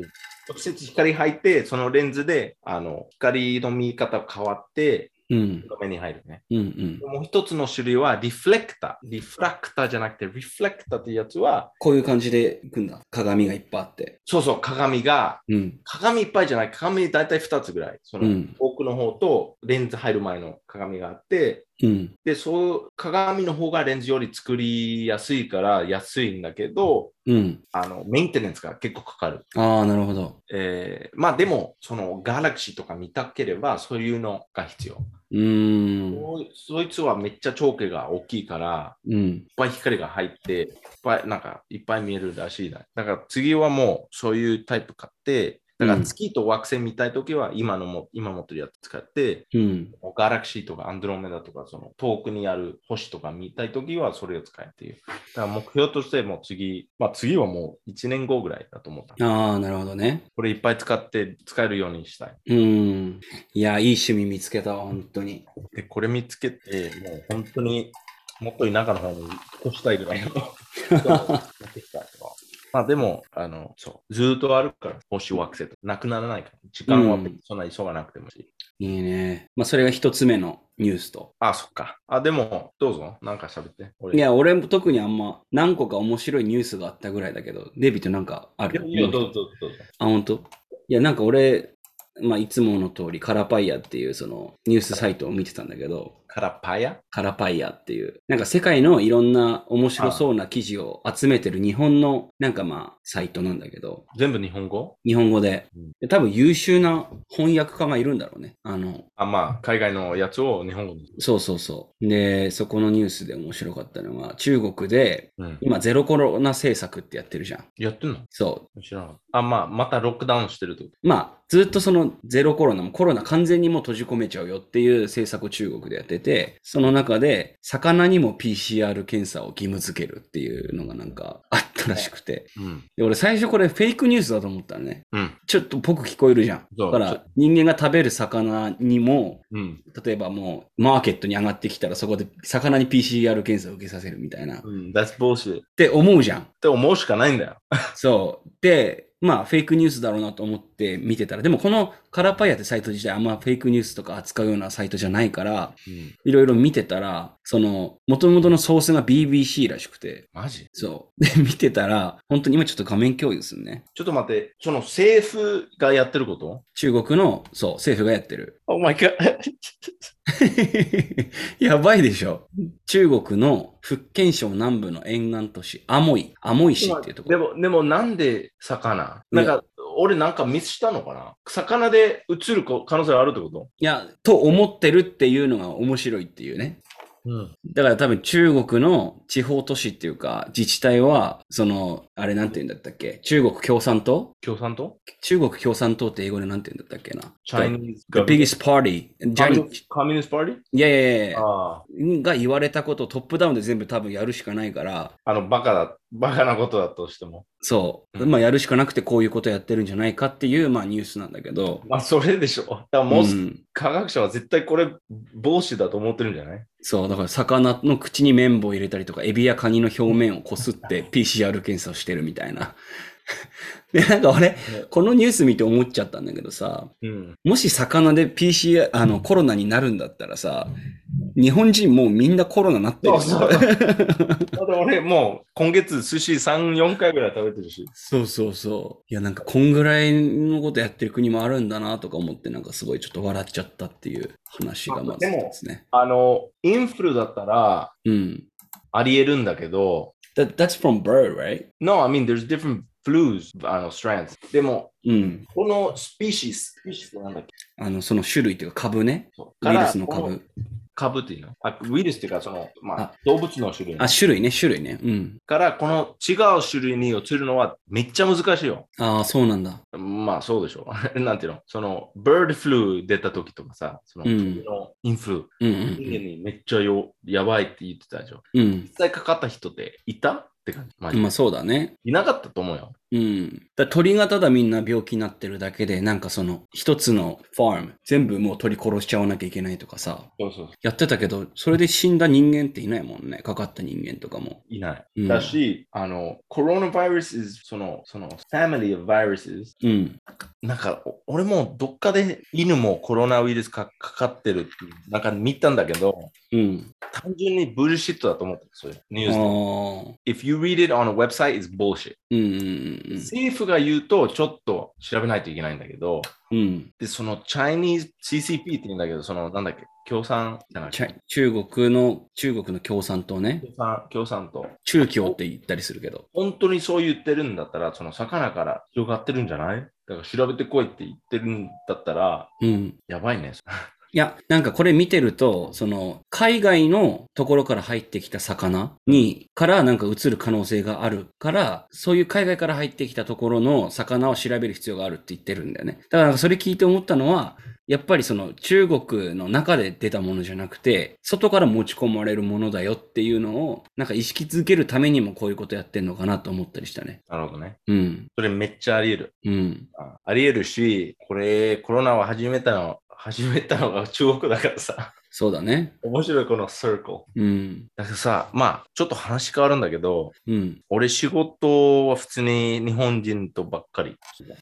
接光入って、そのレンズで、あの、光の見え方変わって、うん。画面に入るね。うんうん。もう一つの種類はリフレクター。リフラクターじゃなくてリフレクターっていうやつは、こういう感じで行くんだ。鏡がいっぱいあって。そうそう、鏡が、うん。鏡いっぱいじゃない、鏡大体2つぐらい。そうのん。奥の方とレンズ入る前の鏡があって、うん。で、そう、鏡の方がレンズより作りやすいから安いんだけど、うん。あの、メンテナンスが結構かかる。ああ、なるほど。えーまあでも、そのガラクシーとか見たければ、そういうのが必要。うーん。そそいつはめっちゃ長径が大きいから、うんいっ。ぱい光が入って、いっぱい、なんか、いっぱい見えるらしいな。だから次はもう、そういうタイプ買って、だから月と惑星見たいときは、今のも、今持ってるやつ使って、うん。ガラクシーとかアンドロメダとか、その遠くにある星とか見たいときは、それを使えっていう。だから目標としてもう次、まあ次はもう1年後ぐらいだと思った。ああ、なるほどね。これいっぱい使って使えるようにしたい。うーん。いや、いい趣味見つけたわ、本当に。で、これ見つけて、もう本当にもっと田舎の方に引っ越したいぐらいの。まあでも、あの、そう、ずーっとあるから、星惑星と、なくならないから、時間はうんそんな急がなくてもいい。いいね。まあ、それが一つ目のニュースと。あ、そっか。あ、でも、どうぞ、なんか喋って。俺い、や、俺も特にあんま何個か面白いニュースがあったぐらいだけど、デビットなんかあいやるいいよどうぞ、どうぞ、どうぞ。あ、本当いや、なんか俺、まあ、いつもの通り、カラパイヤっていうそのニュースサイトを見てたんだけど、カラパヤカラパイヤっていう、なんか世界のいろんな面白そうな記事を集めてる日本の、なんかまあ、サイトなんだけど、全部日本語日本語でうん。で多分優秀な翻訳家がいるんだろうね。あの、あ、まあ、海外のやつを日本語に。そうそうそう。で、そこのニュースで面白かったのは、中国で、うん。今ゼロコロナ政策ってやってるじゃん。やってんのそ知らなかった。あ、まあ、またロックダウンしてるってこう。まあ、ずっとそのゼロコロナもコロナ完全にもう閉じ込めちゃうよっていう政策を中国でやってて、その中で、魚にも PCR 検査を義務付けるっていうのがなんかあったらしくて。と。うん。で俺最初これフェイクニュースだと思ったのね。うん。ちょっとぽく聞こえるじゃん。そうだかちょら人間が食べる魚にも、うん。例えばもうマーケットに上がってきたらそこで魚に PCR 検査を受けさせるみたいな。っうん。That's bullshit. って思うじゃん。て思うしかないんだよ。そう。で、まあフェイクニュースだろうなと思って見てたら、でもこのカラパイヤってサイト自体あんまフェイクニュースとか扱うようなサイトじゃないから、うん。いろいろ見てたら、その、元々のソースが BBC らしくて、マジそう。で、見てたら、本当に今ちょっと画面共有するね。ちょっと待って、その政府がやってること中国の、そう、政府がやってる。お前か。 やばいでしょ。中国の福建省南部の沿岸都市、アモイ、アモイ市っていうとこ でろ。も、でもなんで魚いやなんか、俺なんかミスしたのかな魚で映るこ可能性あるってこといや、と思ってるっていうのが面白いっていうね。うん。だから多分中国の地方都市っていうか、自治体は、その、あれなんて言うんだったっけ中国共産党共産党中国共産党って英語でなんて言うんだったっけなチャイニーズ The が。 biggest party. ジャニーカミュニストパーティいやいやいやいーやああ。が言われたことをトップダウンで全部多分やるしかないから、あの、バカだ、バカなことだとしても。そう。うんまあ、やるしかなくてこういうことやってるんじゃないかっていう、まあ、ニュースなんだけど。まあ、それでしょ。だからもう、うん科学者は絶対これ、帽子だと思ってるんじゃないそう、だから魚の口に綿棒を入 れたりとか、エビやカニの表面をこすって PCR 検査をしてるみたいな。 で、なんか俺、このニュース見て思っちゃったんだけどさ、うん。もし魚で PC、あの、コロナになるんだったらさ、日本人もうみんなコロナなってるよそう そうただ俺、もう今月寿司3、4回ぐらい食べてるし。そうそうそう。いや、なんかこんぐらいのことやってる国もあるんだなとか思って、なんかすごいちょっと笑っちゃったっていう話がまずあでもですね。あの、インフルだったらうん。ありえるんだけど、 That, that's from bird, right? No, I mean, there's different flus, あの、strands. でも、うん。このスピーシーズ、スピーシーズってなんだっけあの、その種類っていうか株ね。そうウイルスの。からこ株。株っていうのあウイルスっていうか、その、まああ、動物の種類のあ、種類ね、種類ね。うん。から、この違う種類に移るのはめっちゃ難しいよ。ああ、そうなんだ。まあ、そうでしょう。 なんていうのその、bird flu 出た時とかさ、その、うん鳥のインフル、うん人間にめっちゃよやばいって言ってたでしょ。うんうん。実際かかった人っていたって感じ。まあ、うん。まあそうだね。いなかったと思うよ。うん。だ鳥がただみんな病気になってるだけで、なんかその一つのファーム、全部もう鳥殺しちゃわなきゃいけないとかさ、そうそう。やってたけど、それで死んだ人間っていないもんね。かかった人間とかも。いない。うんだし、あの、コロナバイルス、その、その、family of viruses。うん。なんか、お俺もどっかで犬もコロナウイルスかかかってるっていう、なんか見たんだけど、うん。単純にブルシットだと思ってる、そういうニあューあスで。ー。 If you read it on a website, it's bullshit. うんうんうん政府が言うと、ちょっと調べないといけないんだけど、うん。うん。で、その、チャイニーズ CCP って言うんだけど、その、なんだっけ、共産じゃなくチて、ャ中国の、中国の共産党ね。共産、共産と、中共って言ったりするけど。本当にそう言ってるんだったら、その魚から広がってるんじゃないだから調べてこいって言ってるんだったら、うん。やばいね。 いや、なんかこれ見てると、その、海外のところから入ってきた魚に、からなんか移る可能性があるから、そういう海外から入ってきたところの魚を調べる必要があるって言ってるんだよね。だからそれ聞いて思ったのは、やっぱりその中国の中で出たものじゃなくて、外から持ち込まれるものだよっていうのを、なんか意識づけるためにもこういうことやってんのかなと思ったりしたね。なるほどね。うん。それめっちゃあり得る。うん。ああり得るし、これコロナを始めたの、始めたのが中国だからさ。 そうだね。面白いこのサークル。うん。だけどさ、まあ、ちょっと話変わるんだけど、うん。俺仕事は普通に日本人とばっかり。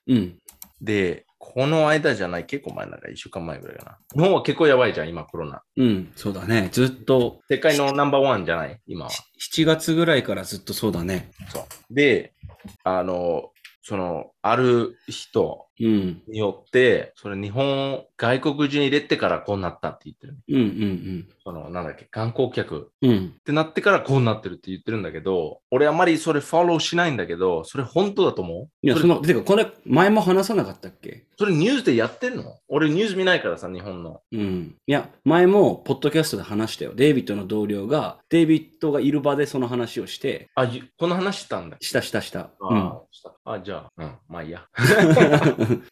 うん。で、この間じゃない、結構前なんか1週間前ぐらいかな。日本は結構やばいじゃん、今コロナ。うん。そうだね。ずっと世界のナンバーワンじゃない、今は。 7月ぐらいからずっとそうだね。そうで、あの、その、ある人うん。によって、それ日本、外国人入れてからこうなったって言ってる。うんうんその、なんだっけ、観光客うん。うん。ってなってからこうなってるって言ってるんだけど、俺あまりそれフォローしないんだけど、それ本当だと思ういや、そそれの、てか、これ、前も話さなかったっけそれニュースでやってんの俺ニュース見ないからさ、日本の。うん。いや、前も、ポッドキャストで話したよ。デイビッドの同僚が、デイビッドがいる場でその話をして、あ、ゆこの話したんだ。したしたした。あうん。ーしたあ、じゃあ、うん、まあいいや。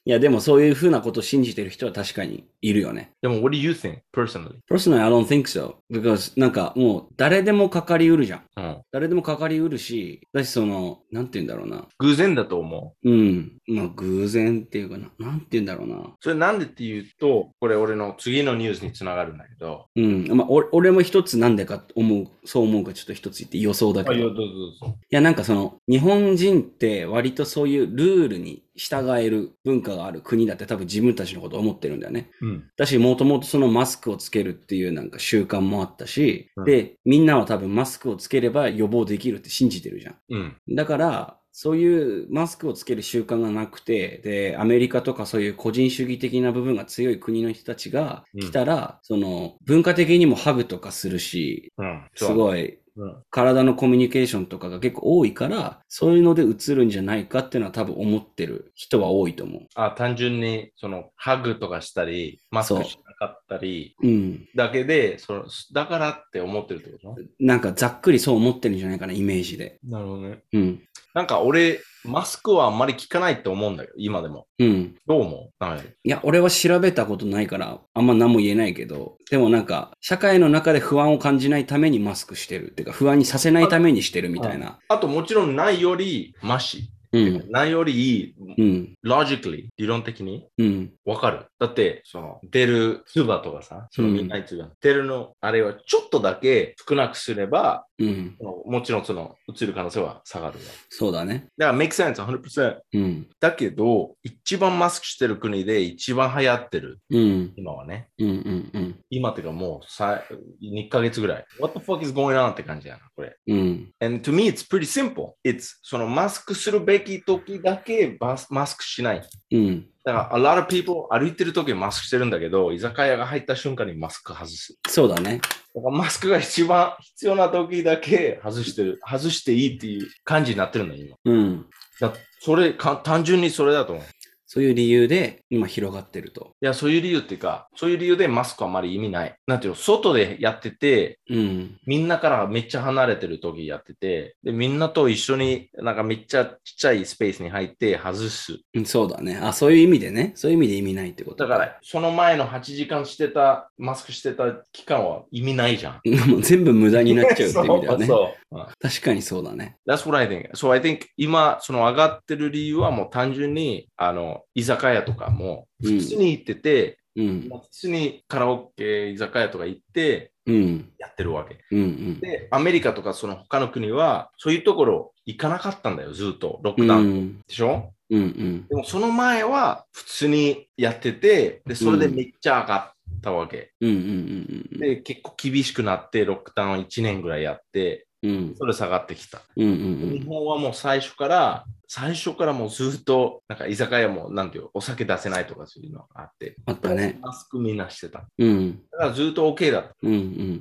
いや、でもそういうふうなことを信じてる人は確かにいるよね。でも、what do you think, personally? Personally, I don't think so. Because, なんか、もう、誰でもかかりうるじゃん。うん。誰でもかかりうるし、だし、その、なんて言うんだろうな。偶然だと思う。うん。まあ、偶然っていうかな。なんて言うんだろうな。それなんでっていうと、これ俺の次のニュースにつながるんだけど、うん。まあ、お俺も一つなんでかと思う、そう思うかちょっと一つ言って予想だけど。いどうぞどうぞ。や、なんかその、日本人って割とそういうルールに従える文化がある国だって多分自分たちのことを思ってるんだよね。うん。だし、もともとそのマスクをつけるっていうなんか習慣もあったし、うんで、みんなは多分マスクをつければ予防できるって信じてるじゃん。うん。だから、そういうマスクをつける習慣がなくて、で、アメリカとかそういう個人主義的な部分が強い国の人たちがうん来たら、その文化的にもハグとかするし、うん。すごいうん。体のコミュニケーションとかが結構多いから、そういうので映るんじゃないかっていうのは多分思ってる人は多いと思う。あ、単純に、その、ハグとかしたり、マスそクうしなかったり、うん。だけで、その、だからって思ってるってことなんかざっくりそう思ってるんじゃないかな、イメージで。なるほどね。うん。なんか俺、マスクはあんまり効かないと思うんだけど、今でも。うん。どう思うはい。いや、俺は調べたことないから、あんま何も言えないけど、でもなんか、社会の中で不安を感じないためにマスクしてる。ってか、不安にさせないためにしてるみたいな。あと、もちろんないより、マシ。うん。何よりいい、うん。 logically、理論的にうん。わかる。だって、その、出る唾とかさ、そのうんみんな唾、出るの、あれはちょっとだけ少なくすれば、うん。そのもちろんその、移る可能性は下がるよ。そうだね。だから、make sense 100%。うん。だけど、一番マスクしてる国で一番流行ってる、うん。今はね。うん。うん。うん。今っていうかもうさ、2ヶ月ぐらい。What the fuck is going on? って感じやな、これ。うん。 And to me, it's pretty simple. It's そのマスクするべき時だけマスマスクしない。うん。だから、a lot of people 歩いてる時はマスクしてるんだけど、居酒屋が入った瞬間にマスク外す。そうだね。だからマスクが一番必要な時だけ外してる。外していいっていう感じになってるんだよ、今。うん。だそれか、単純にそれだと思う。そういう理由で今広がってると。いや、そういう理由っていうか、そういう理由でマスクはあまり意味ない。なんていうの、外でやってて、うん。みんなからめっちゃ離れてる時やってて、で、みんなと一緒になんかめっちゃちっちゃいスペースに入って外す。うんそうだね。あ、そういう意味でね。そういう意味で意味ないってこと。だから、その前の8時間してた、マスクしてた期間は意味ないじゃん。うん。もう全部無駄になっちゃうって意味だよね。 そう。うん確かにそうだね。 That's what I think. So I think 今、その上がってる理由はもう単純に、あの、居酒屋とかも、うん普通に行ってて、うん。普通にカラオケ、居酒屋とか行って、うん。やってるわけ。うん。うん。で、アメリカとかその他の国は、そういうところ行かなかったんだよ、ずっと。ロッうクん。ダうウン。ん。でしょうん。でもその前は普通にやってて、で、それでめっちゃ上がったわけ。うん。うん。うん。で、結構厳しくなって、ロックダウン1年ぐらいやって、うん。それ下がってきた。うん。う日ん。本はもう最初から、最初からもうずっと、なんか居酒屋も、なんていう、お酒出せないとかそういうのがあって、あったね。マスクみんなしてた。だうん。からずっと OK だった。うん。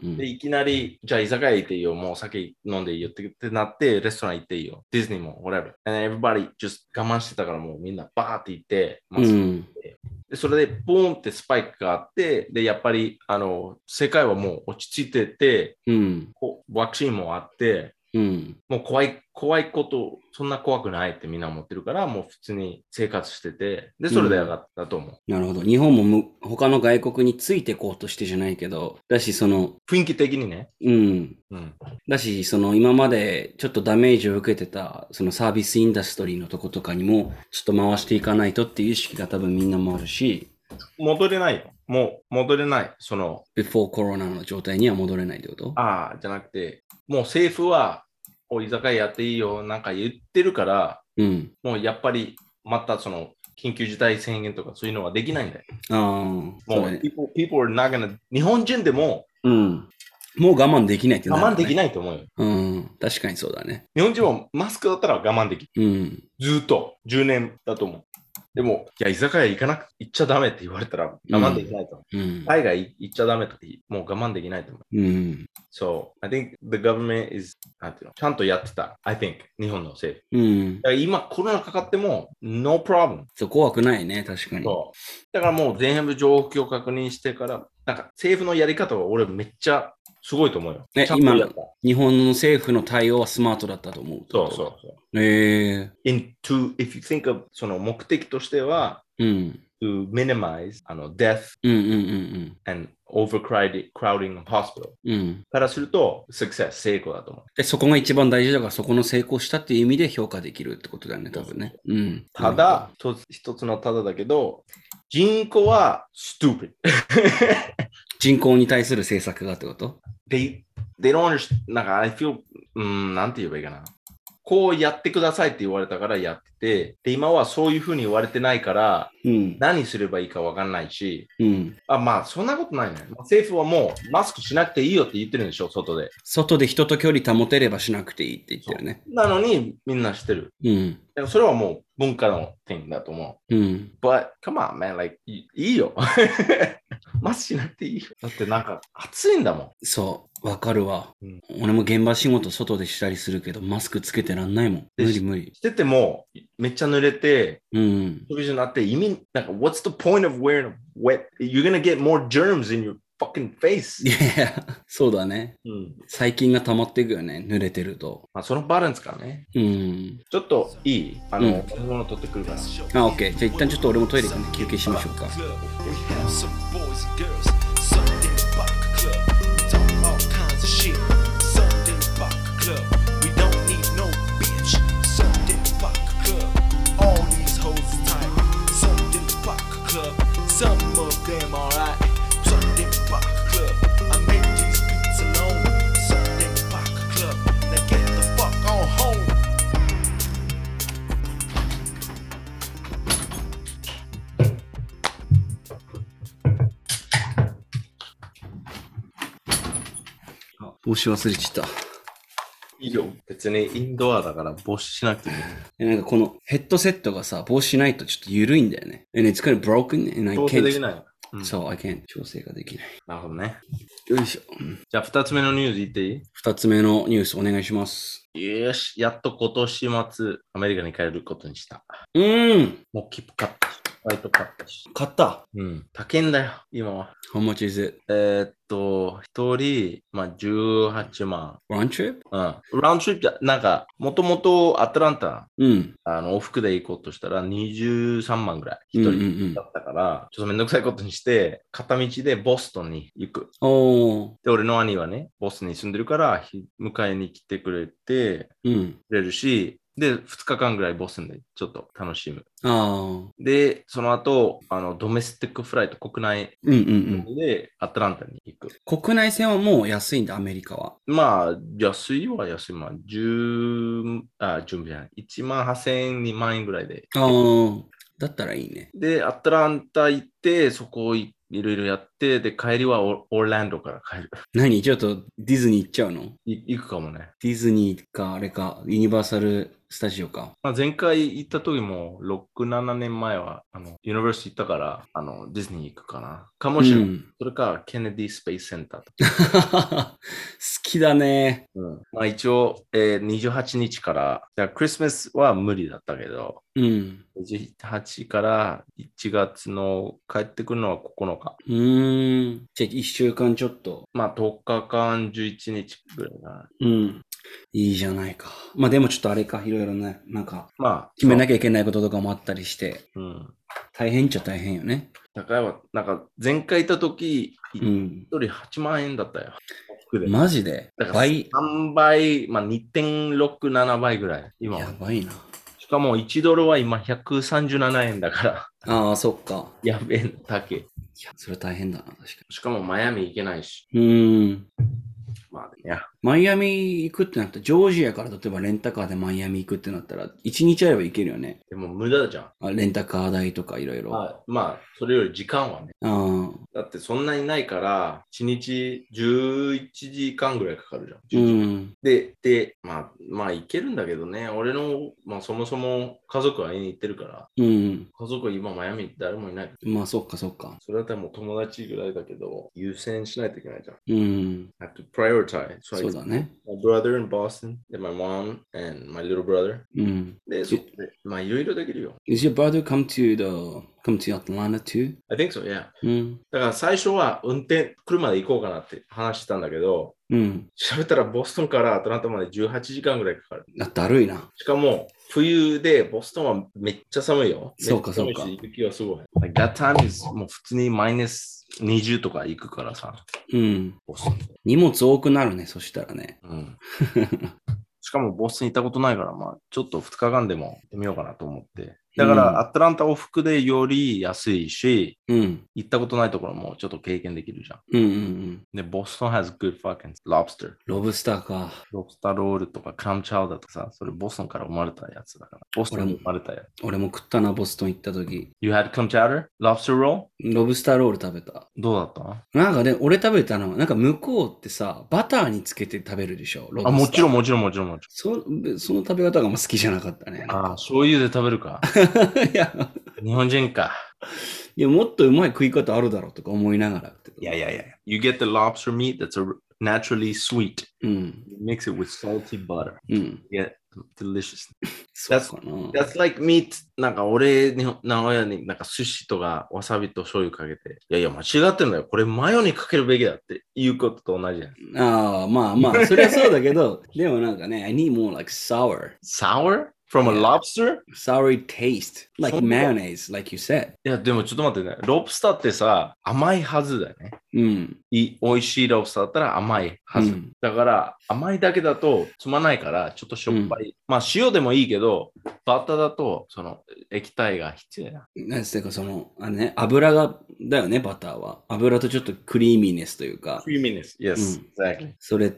うん。で、いきなり、じゃあ居酒屋行っていいよ、もうお酒飲んでいいよってってなって、レストラン行っていいよ、ディズニーも、whatever。And everybody just 我慢してたからもうみんなバーって行って、うマスクん。でそれでボーンってスパイクがあって、で、やっぱり、あの、世界はもう落ち着いてて、うん。こうワクチンもあって、うん。もう怖い、怖いこと、そんな怖くないってみんな思ってるから、もう普通に生活してて、で、それで上がったと思う。なるほど。日本もむ他の外国についてこうとしてじゃないけど、だし、その、雰囲気的にね。うん。うん。だし、その今までちょっとダメージを受けてた、そのサービスインダストリーのとことかにも、ちょっと回していかないとっていう意識が多分みんなもあるし、戻れないよ。もう戻れない。その、 before コロナの状態には戻れないってことああ、じゃなくて、もう政府は、お居酒屋やっていいよ、なんか言ってるから、うん。もうやっぱり、またその、緊急事態宣言とかそういうのはできないんだよ。ああ、そもうう、だね。 people, people are not gonna, 日本人でもうん。もう我慢できないってなる、ね。我慢できい。ないと思うよ。うん。確かにそうだね。日本人はマスクだったら我慢できる。うん。ずーっと、10年だと思う。でも、いや、居酒屋行かなく、行っちゃダメって言われたら我慢できないと思う。うん。海外行っちゃダメとか、もう我慢できないと思う。うん。 So, I think the government is, なんていうの、ちゃんとやってた。I think, 日本の政府。うん。だから今、コロナかかっても、no problem。そう、怖くないね、確かに。そう。だからもう全部状況確認してから、なんか政府のやり方は俺めっちゃすごいと思うよ。ねちゃんとやった今日本の政府の対応はスマートだったと思う。そうそうそう。う。へえ into, if you think of その目的としては、うん。 to minimize あの death うんうんうん and overcrowding crowding of hospital うん。うん。からすると、success 成功だと思う。で、そこが一番大事だから、そこの成功したっていう意味で評価できるってことだよね、多分ね。うん。ただ、一つ一つのただだけど、人口は stupid. 人口に対する政策がってこと they, they don't understand, なんか I feel, うん、なんて言えばいいかな。こうやってくださいって言われたからやってて、で、今はそういうふうに言われてないから、うん。何すればいいかわかんないし、うん。あ、まあ、そんなことないね。政府はもうマスクしなくていいよって言ってるんでしょ、外で。外で人と距離保てればしなくていいって言ってるね。なのに、みんなしてる。うん。でもそれはもう文化の点だと思うん。う。But, come on, man, like, いいいよ。 マスクしなくていいよ。だってなんか、暑いんだもん。そう。わかるわ、うん俺も現場仕事外でしたりするけど、マスクつけてらんないもん。無で理し無理。してても、めっちゃ濡れて、うん。 television になって意味なんか What's the point of wearing a wet? You're gonna get more germs in your fucking face. いやいや、そうだね。うん細菌が溜まっていくよね。濡れてると。まあそのバランスかね。うん。ちょっといいあの、うん飲み物取ってくるから。あ、オッケー。じゃあ一旦ちょっと俺もトイレ行くんで休憩しましょうか。 We have some boys and girls. Sunday Vodka Club. Talk all kinds of shit. Sunday Vodka Club. We don't need no bitch. Sunday Vodka Club. damn alright. Sunday Park Club. I make these beats alone. Sunday Park Club. Now get the fuck on home. あ帽子忘れちゃった。いよ。別にインドアだから没しなくてもいい。えなんかこのヘッドセットがさ、帽子ないとちょっと緩いんだよね。And it's kind of broken and I 調整でき can't. ないの。うんそう、I can't. 調整ができない。なるほどね。よいしょ。うんじゃあ、二つ目のニュース言っていい二つ目のニュースお願いします。よし、やっと今年末、アメリカに帰ることにした。うーん。もう切符買ったし、バイト買ったし。買った。うん。高いんだよ、今は。 How much is it? えーっと、一人、まあ、18万。 Round trip? うん。ラウンドトリップじゃ、なんか、もともとアトランタ、うん。あの、往復で行こうとしたら23万ぐらい、うん一うんう人んだ。ったから、ちょっとめんどくさいことにして、片道でボストンに行く。おー。で、俺の兄はね、ボストンに住んでるから、ひ迎えに来てくれて、うん。くれるし、で、2日間ぐらいボストンでちょっと楽しむ。あー。で、その後、あの、ドメスティックフライト国内うんうんでアトランタに行うく。ん。国内線はもう安いんだ、アメリカは。まあ、安いは安い。まあ、10、あ、準備じゃない。1万8000円、2万円ぐらいで。あー。だったらいいね。で、アトランタ行って、そこをいいろいろやって、で、帰りはオオーランドから帰る。 何ちょっとディズニー行っちゃうのい行くかもね。ディズニーか、あれか、ユニバーサル・スタジオか。まあ、前回行った時も、6、7年前は、あの、ユニバーシティ行ったから、あの、ディズニー行くかな。かもしれない。うん、 それか、ケネディスペースセンターと。好きだね。まあ、一応、えー、28日から、じゃあクリスマスは無理だったけど、うん。 28から1月の帰ってくるのは9日。うーん。じゃあ、一週間ちょっと。まあ10日間11日ぐらいかな。うん。いいじゃないか。まあでもちょっとあれか、いろいろね、なんか、まあ、決めなきゃいけないこととかもあったりして、そううん。大変っちゃ大変よね。高いは、なんか前回行った時、う1ん。人8万円だったよ。服で。マジでだから倍。 3倍、まあ2.67倍ぐらい。今はやばいな。しかも1ドルは今137円だから、 ああ、そっか。やべえ、高い。いや、それ大変だな、確かしかもマイアミ行けないし。に。うーん。まあ、いや、マイアミ行くってなったら、ジョージアから例えばレンタカーでマイアミ行くってなったら、一日あれば行けるよね。でも無駄じゃん。あレンタカー代とかいろいろ。あまあ、まあ、それより時間はね。あ。だってそんなにないから、1日11時間ぐらいかかるじうゃん。ん。で、で、まあ、まあ、いけるんだけどね、俺の、まあ、そもそも家族は家に行ってるから、うん。家族は今、マイアミに誰もいない。まあ、そっかそっか。それだったらもう友達ぐらいだけど、優先しないといけないじゃん。うん。 have to prioritize. そうだね。 My brother in Boston, then my mom and my little brother. うん。で、そこで、まあ、いろいろできるよ。 Is your brother come to the, come to Atlanta too? I think so, yeah. うん。だから最初は運転、車で行こうかなって話してたんだけど、うん。調べたらボストンからアトランタまで18時間ぐらいかかる。あ、だるいな。しかも、冬でボストンはめっちゃ寒いよ。そうかめっちゃ寒いそうし雪はすごい。Like, that time is もう普通にマイナス20とか行くからさ、うん。ボストン。荷物多くなるね、そしたらね。 うん、しかもボストン行ったことないから、まあ、ちょっと2日間でも行ってみようかなと思って。だかうんら、アトランタ往復でより安いし、うん。行ったことないところもちょっと経験できるじゃん。うんうんうん。で、ボストン has good fucking lobster. ロブスターか。ロブスターロールとかクラムチャウダーとかさ、それボストンから生まれたやつだから。ボストンに生まれたやつ。俺も食ったな、ボストン行った時。 You had crumb chowder? Lobster roll? ロブスターロール食べた。どうだったなんかね、俺食べたのは、なんか向こうってさ、バターにつけて食べるでしょ、ロブスター。あ、もちろんもちろんもちろんもちそその食べ方があんま好きじゃなかったね。ろん。あ、醤油で食べるか。 いや、日本人か。いやもっとうまい食い方あるだろうとか思いながら。いやいやいや。You get the lobster meat that's a naturally sweet. うん。 You mix it with salty butter. うん。 Yeah, delicious. そうかな。 That's like meat. なんか俺、日本名古屋になんか寿司とかわさびと醤油かけて。いやいや、間違ってんだよ。これマヨにかけるべきだっていうことと同じだよ。ああ、まあまあ、そりゃそうだけど、 でもなんかね、I need more like sour, Sour? From a Yeah. lobster? sour taste, like そんな mayonnaise, like you said. いや、でもちょっと待ってね。ロブスターってさ、甘いはずだよね。うん。い美味しいラオスだったら甘いはず。うんだから、甘いだけだとつまないから、ちょっとしょっぱい。まあ、塩でもいいけど、バターだと、その、液体が必要だ。なんですか、その、あのね、油が、だよね、バターは。油とちょっとクリーミーネスというか。 3 minutes. Yes, うん exactly. それ、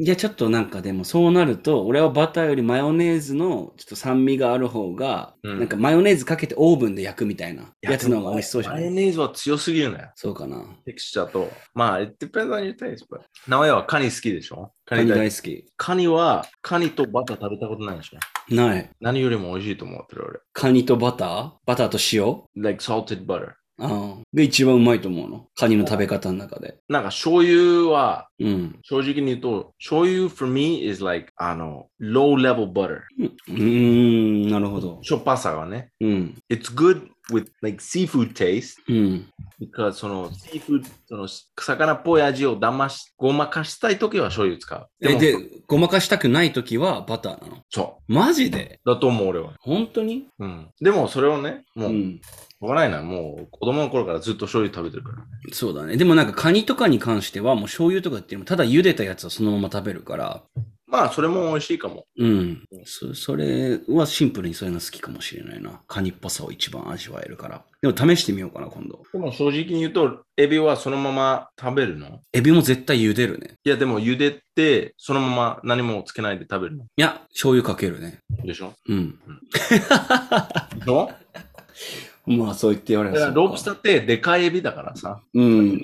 いや、ちょっとなんかでもそうなると、俺はバターよりマヨネーズのちょっと酸味がある方が、うんなんかマヨネーズかけてオーブンで焼くみたいなやつの方が美味しそうじゃなマヨいネーズは強すぎるね。そうかな。テクスチャーと。まあ、it depends on your taste, but. 名古屋はカニ好きでしょカカニニ大大好き。カニは、カニとバター食べたことないでしょない。何よりも美味しいと思ってる俺。カニとバターバターと塩 like salted butter. ああ。で、一番うまいと思うの。カニの食べ方の中で。なんか醤油は、うん。正直に言うと、醤油 for me is like, あの、low level butter. うんうーん、なるほど。しょっぱさがね。うん。 It's good with like seafood taste うん。 because その seafood その魚っぽい味を騙し、ごまかしたいときは醤油使う。え、もで、ごまかしたくないときはバターなの。そマジでう。だと思う俺は。本当にうん。でもそれをね、もうう、しん。ょうがないな。もう子供の頃からずっと醤油食べてるから。そうだね。でもなんかカニとかに関してはもう醤油とかっていうのもただ茹でたやつをそのまま食べるから、まあ、それも美味しいかも。うん。そそれはシンプルにそういうの好きかもしれないな。カニっぽさを一番味わえるから。でも試してみようかな、今度。でも正直に言うと、エビはそのまま食べるのエビも絶対茹でるね。いや、でも茹でて、そのまま何もつけないで食べるのいや、醤油かけるね。でしょうん。でしょまあ、そう言って言われだるからロープスターってでかいエビだからさ。うん。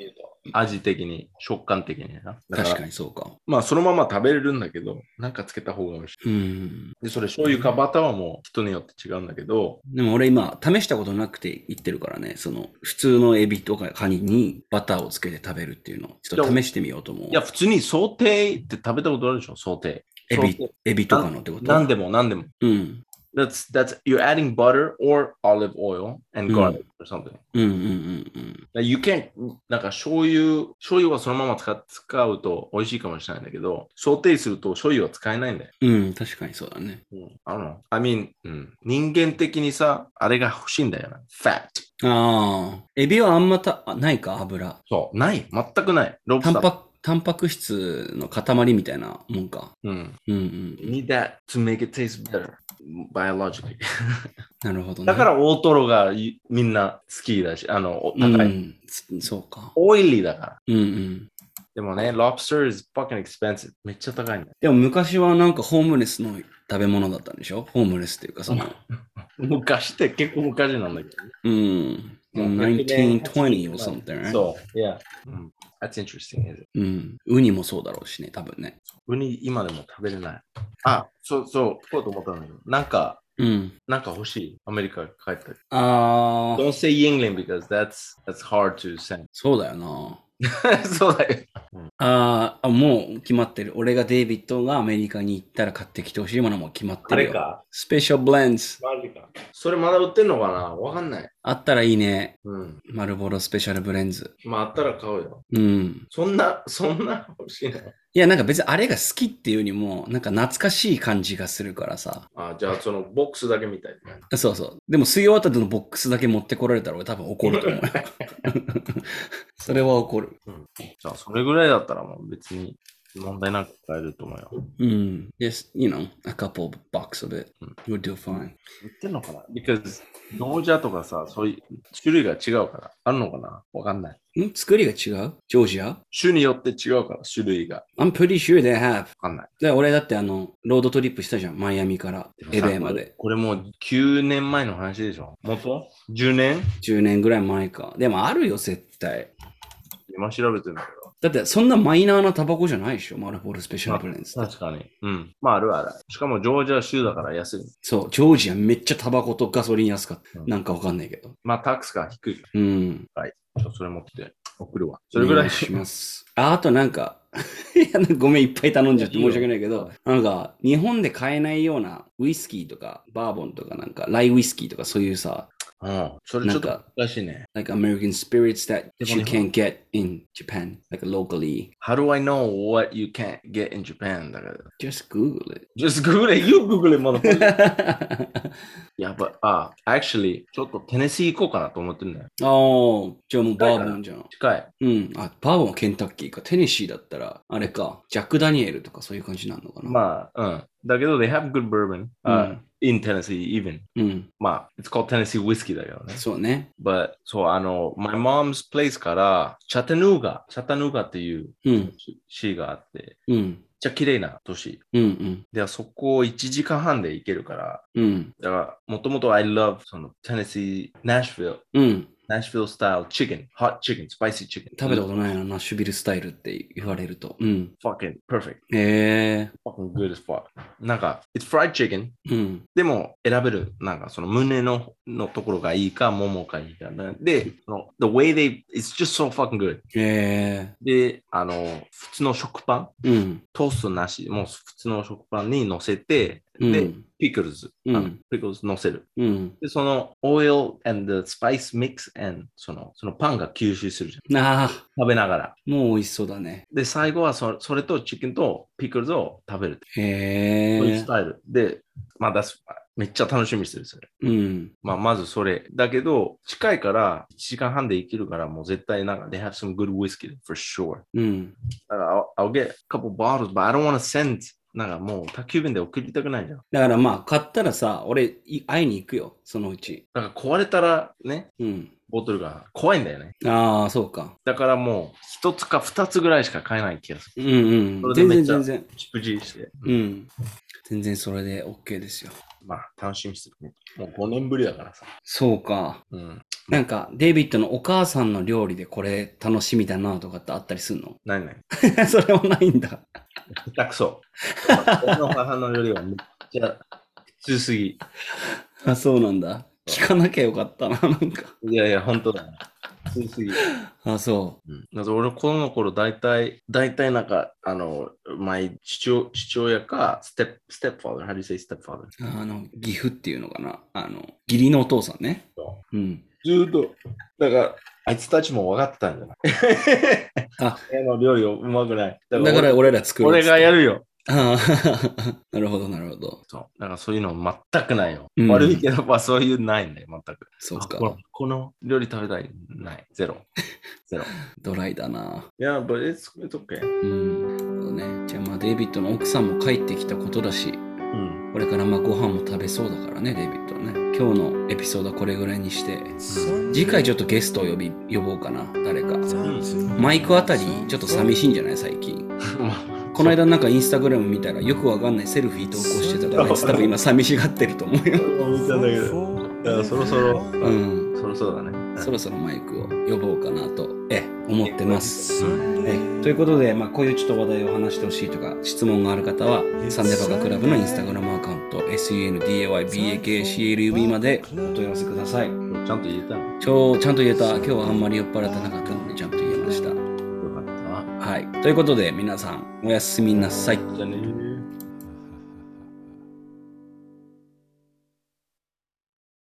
味的に、食感的にな。だ確らかにそうか。まあ、そのまま食べれるんだけど、なんかつけた方が美味しい。うん。で、それ醤油かバターはもう人によって違うんだけど、でも俺今、試したことなくて言ってるからね。その、普通のエビとかカニにバターをつけて食べるっていうのを、ちょっと試してみようと思う。いや、普通にソーテーって食べたことあるでしょソーテエそうビ、エビとかのってこー。と何でも何でも。うん。 That's, that's, you're adding butter or olive oil and うん garlic or something. うんうんうんうん。 Like, You can't, なんか醤油、醤油はそのまま使使うと美味しいかもしれないんだけど、ソーテイすると醤油は使えないんだよ。うん、確かにそうだね。うん、あの、I mean、うん、人間的にさ、あれが欲しいんだよな。fat。ああ。エビはあんまた、あないか、油。そう、ない。全くない。ロブタスタンー。パク、タンパク質の塊みたいなもんか。うん。うんうん。 need that to make it taste better. biologically. なるほどね。だから大トロがいみんな好きだし、あの、おう高い。ん、つそうか。オイリーだから。うんうん。でもね、lobster is fucking expensive. めっちゃ高いんだよ。でも昔はなんかホームレスの食べ物だったんでしょホームレスっていうかその、昔って結構昔なんだけど、ね。うん。もう1920 or something, right? そう。Yeah. うん、That's interesting, is it? う。ん。ウニもそうだろうしね、多分ね。ウニ今でも食べれない。あ、そうそう、聞こうと思ったんだけど、なんか、うん。なんか欲しい。アメリカ帰ったら。ああ、 Don't say Yingling because that's, that's hard to send. そうだよな。そうだよ。あーあ、もう決まってる。俺がデイビッドがアメリカに行ったら買ってきてほしいものも決まってるよ。かスペシャルブレンズ。マジか。それまだ売ってんのかなわかんない。あったらいいね。うん。マルボロスペシャルブレンズ。まあ、あったら買うよ。うん。そんな、そんな欲しいのいや、なんか別にあれが好きっていうよりも、なんか懐かしい感じがするからさ。あ、じゃあそのボックスだけみたいな。そうそう。でも水曜あたりのボックスだけ持ってこられたら俺多分怒ると思うよ。それは怒る。じゃあそれぐらいだったらもう別に問題なく買えると思うよ。うん。Just, you know, a couple of bucks of it. You'll do fine. 売ってんのかな ?because 農者とかさ、そういう種類が違うから。あるのかなわかんない。ん作りが違うジョージア種によって違うから、種類が。わ ?I'm pretty sure they have. かんない。で俺だってあの、ロードトリップしたじゃん。マイアミからでエもさベまで。。これもう9年前の話でしょもっと ?10 年10年ぐらい前か。でもあるよ、絶対。今調べてんだけど。だってそんなマイナーなタバコじゃないでしょ。マルボロスペシャルブレンズって。確かに。うん。まあ、あるある。しかも、ジョージア州だから安い。そう、ジョージアめっちゃタバコとガソリン安かった。うんなんかわかんないけど。まあ、タックスが低い。うん。ちょそれ持って送るわ。それぐらいお願。します。あ、あとなん か、いやごめん、いっぱい頼んじゃって申し訳ないけど、なんか、日本で買えないようなウイスキーとか、バーボンとか、なんか、ライウイスキーとか、そういうさ、うん。それちなょんっとか、難しいね。 like American spirits that でも you 日 can 本 get in Japan, like locally. How do I know what you can't get in Japan? だから。 Just Google it. Just Google it. You Google it, motherfucker. あやばあ、actually、ちょっとテネシー行こうかなと思ってるんだよ。あ、じゃあもうバーボンじゃん。近い。うん。あ、バーボンはケンタッキーか。テネシーだったら、あれか。ジャック・ダニエルとかそういう感じなのかな。あ、まあ、うん。だけど、they have good bourbon、uh, in Tennessee even. うん。まあ、it's called Tennessee whiskey だけどね。そうね。 But, そう、あの、my mom's place から、チャタヌーガ、チャタヌーガっていううん。市があって、めっうん。ちゃ綺麗な都市。うん。で、あそこ1時間半で行けるから、うん。だから、もともと I love その Tennessee, Nashville, うん。うん。 Nashville style chicken, hot chicken, spicy chicken. 食べたことないな、ナッシュビルスタイルって言われると。うん。 Fucking perfect. へえ Fucking good as fuck. なんか、it's fried chicken. うん。でも選べる、なんかその胸ののところがいいか、ももかいいかな。で、その the way they, it's just so fucking good. へえで、あの、普通の食パン、うん。トーストなし、もう普通の食パンに乗せて、うんで、ピクルズ、うんあのピクルズ乗せる。うん。で、その oil and the spice mix and そのそのパンが吸収するじゃん。ああ、食べながら。もう美味しそうだね。で、最後はそそれとチキンとピクルズを食べる。へそういうえスタイル。で、まあ、that's- めっちゃ楽しみにしてる、それ。うん。まあ、まずそれ。だけど、近いから、1時間半で行けるから、もう絶対なんか、they have some good whiskey for sure. うん。だから、I'll, I'll get a couple bottles, but I don't want to send. なんかもう、宅急便で送りたくないじゃん。だからまあ、買ったらさ、俺、い会いに行くよ、そのうち。だから、壊れたらね、うん。ボトルが怖いんだよね。ああ、そうか。だからもう、1つか2つぐらいしか買えない気がする。うんうんそ。れで全め然っちゃ全然。チプジして。うん。全然それで OK ですよ。まあ、楽しみにしてるね。もう5年ぶりだからさ。そうか。うん。なんか、デイビッドのお母さんの料理でこれ楽しみだなとかってあったりするの ないない。それはないんだ。下手くそ。 俺の母の料理はめっちゃ、普通すぎ。あ、そうなんだ。聞かなきゃよかったな、なんか。いやいや、本当だな。普通すぎ。あ、そうんだって俺、子供の頃、大体、大体なんか、あの、前、父親父親か、ステップ、ステップファーダー、how do you say ステップファーダーう。あの、岐阜っていうのかな。あの、義理のお父さんね。うん。ずーっと、だから、あいつたちも分かってたんじゃない あ親の料理をうまくない。だだから俺俺ら作ろうっ俺つってがやるよ。ああ、 なるほど、なるほど。そう。だからそういうの全くないよ。うん悪いけど、まあそういうないんだよ、全く。そうあかこ。のこの料理食べたい。ない。ゼロ。ゼロ。ドライだな。いや、but it's, it's okay. うん。そうね。じゃあまあ、デイビッドの奥さんも帰ってきたことだし、うん。これからまあご飯も食べそうだからね、デイビッドはね。今日のエピソードはこれぐらいにして、次回ちょっとゲストを呼び、呼ぼうかな、誰か。マイクあたり、ちょっと寂しいんじゃない最近。 この間なんかインスタグラム見たらよくわかんないセルフィー投稿してたから、あいつ多分今寂しがってると思うよ。見たんだけど、だからそろそろ、 ううん、ん。そろそろだね。そろそろマイクを呼ぼうかなと、ええ、思ってます。うんはい、ということで、まあ、こういうちょっと話題を話してほしいとか質問がある方はサンデバカクラブのインスタグラムアカウント SUNDAYBAKCLUB までお問い合わせくださいちゃんと言えたのよちょちゃんと言えた今日はあんまり酔っ払ってなかったのでちゃんと言えましたかったな。はいということで皆さんおやすみなさいじゃあね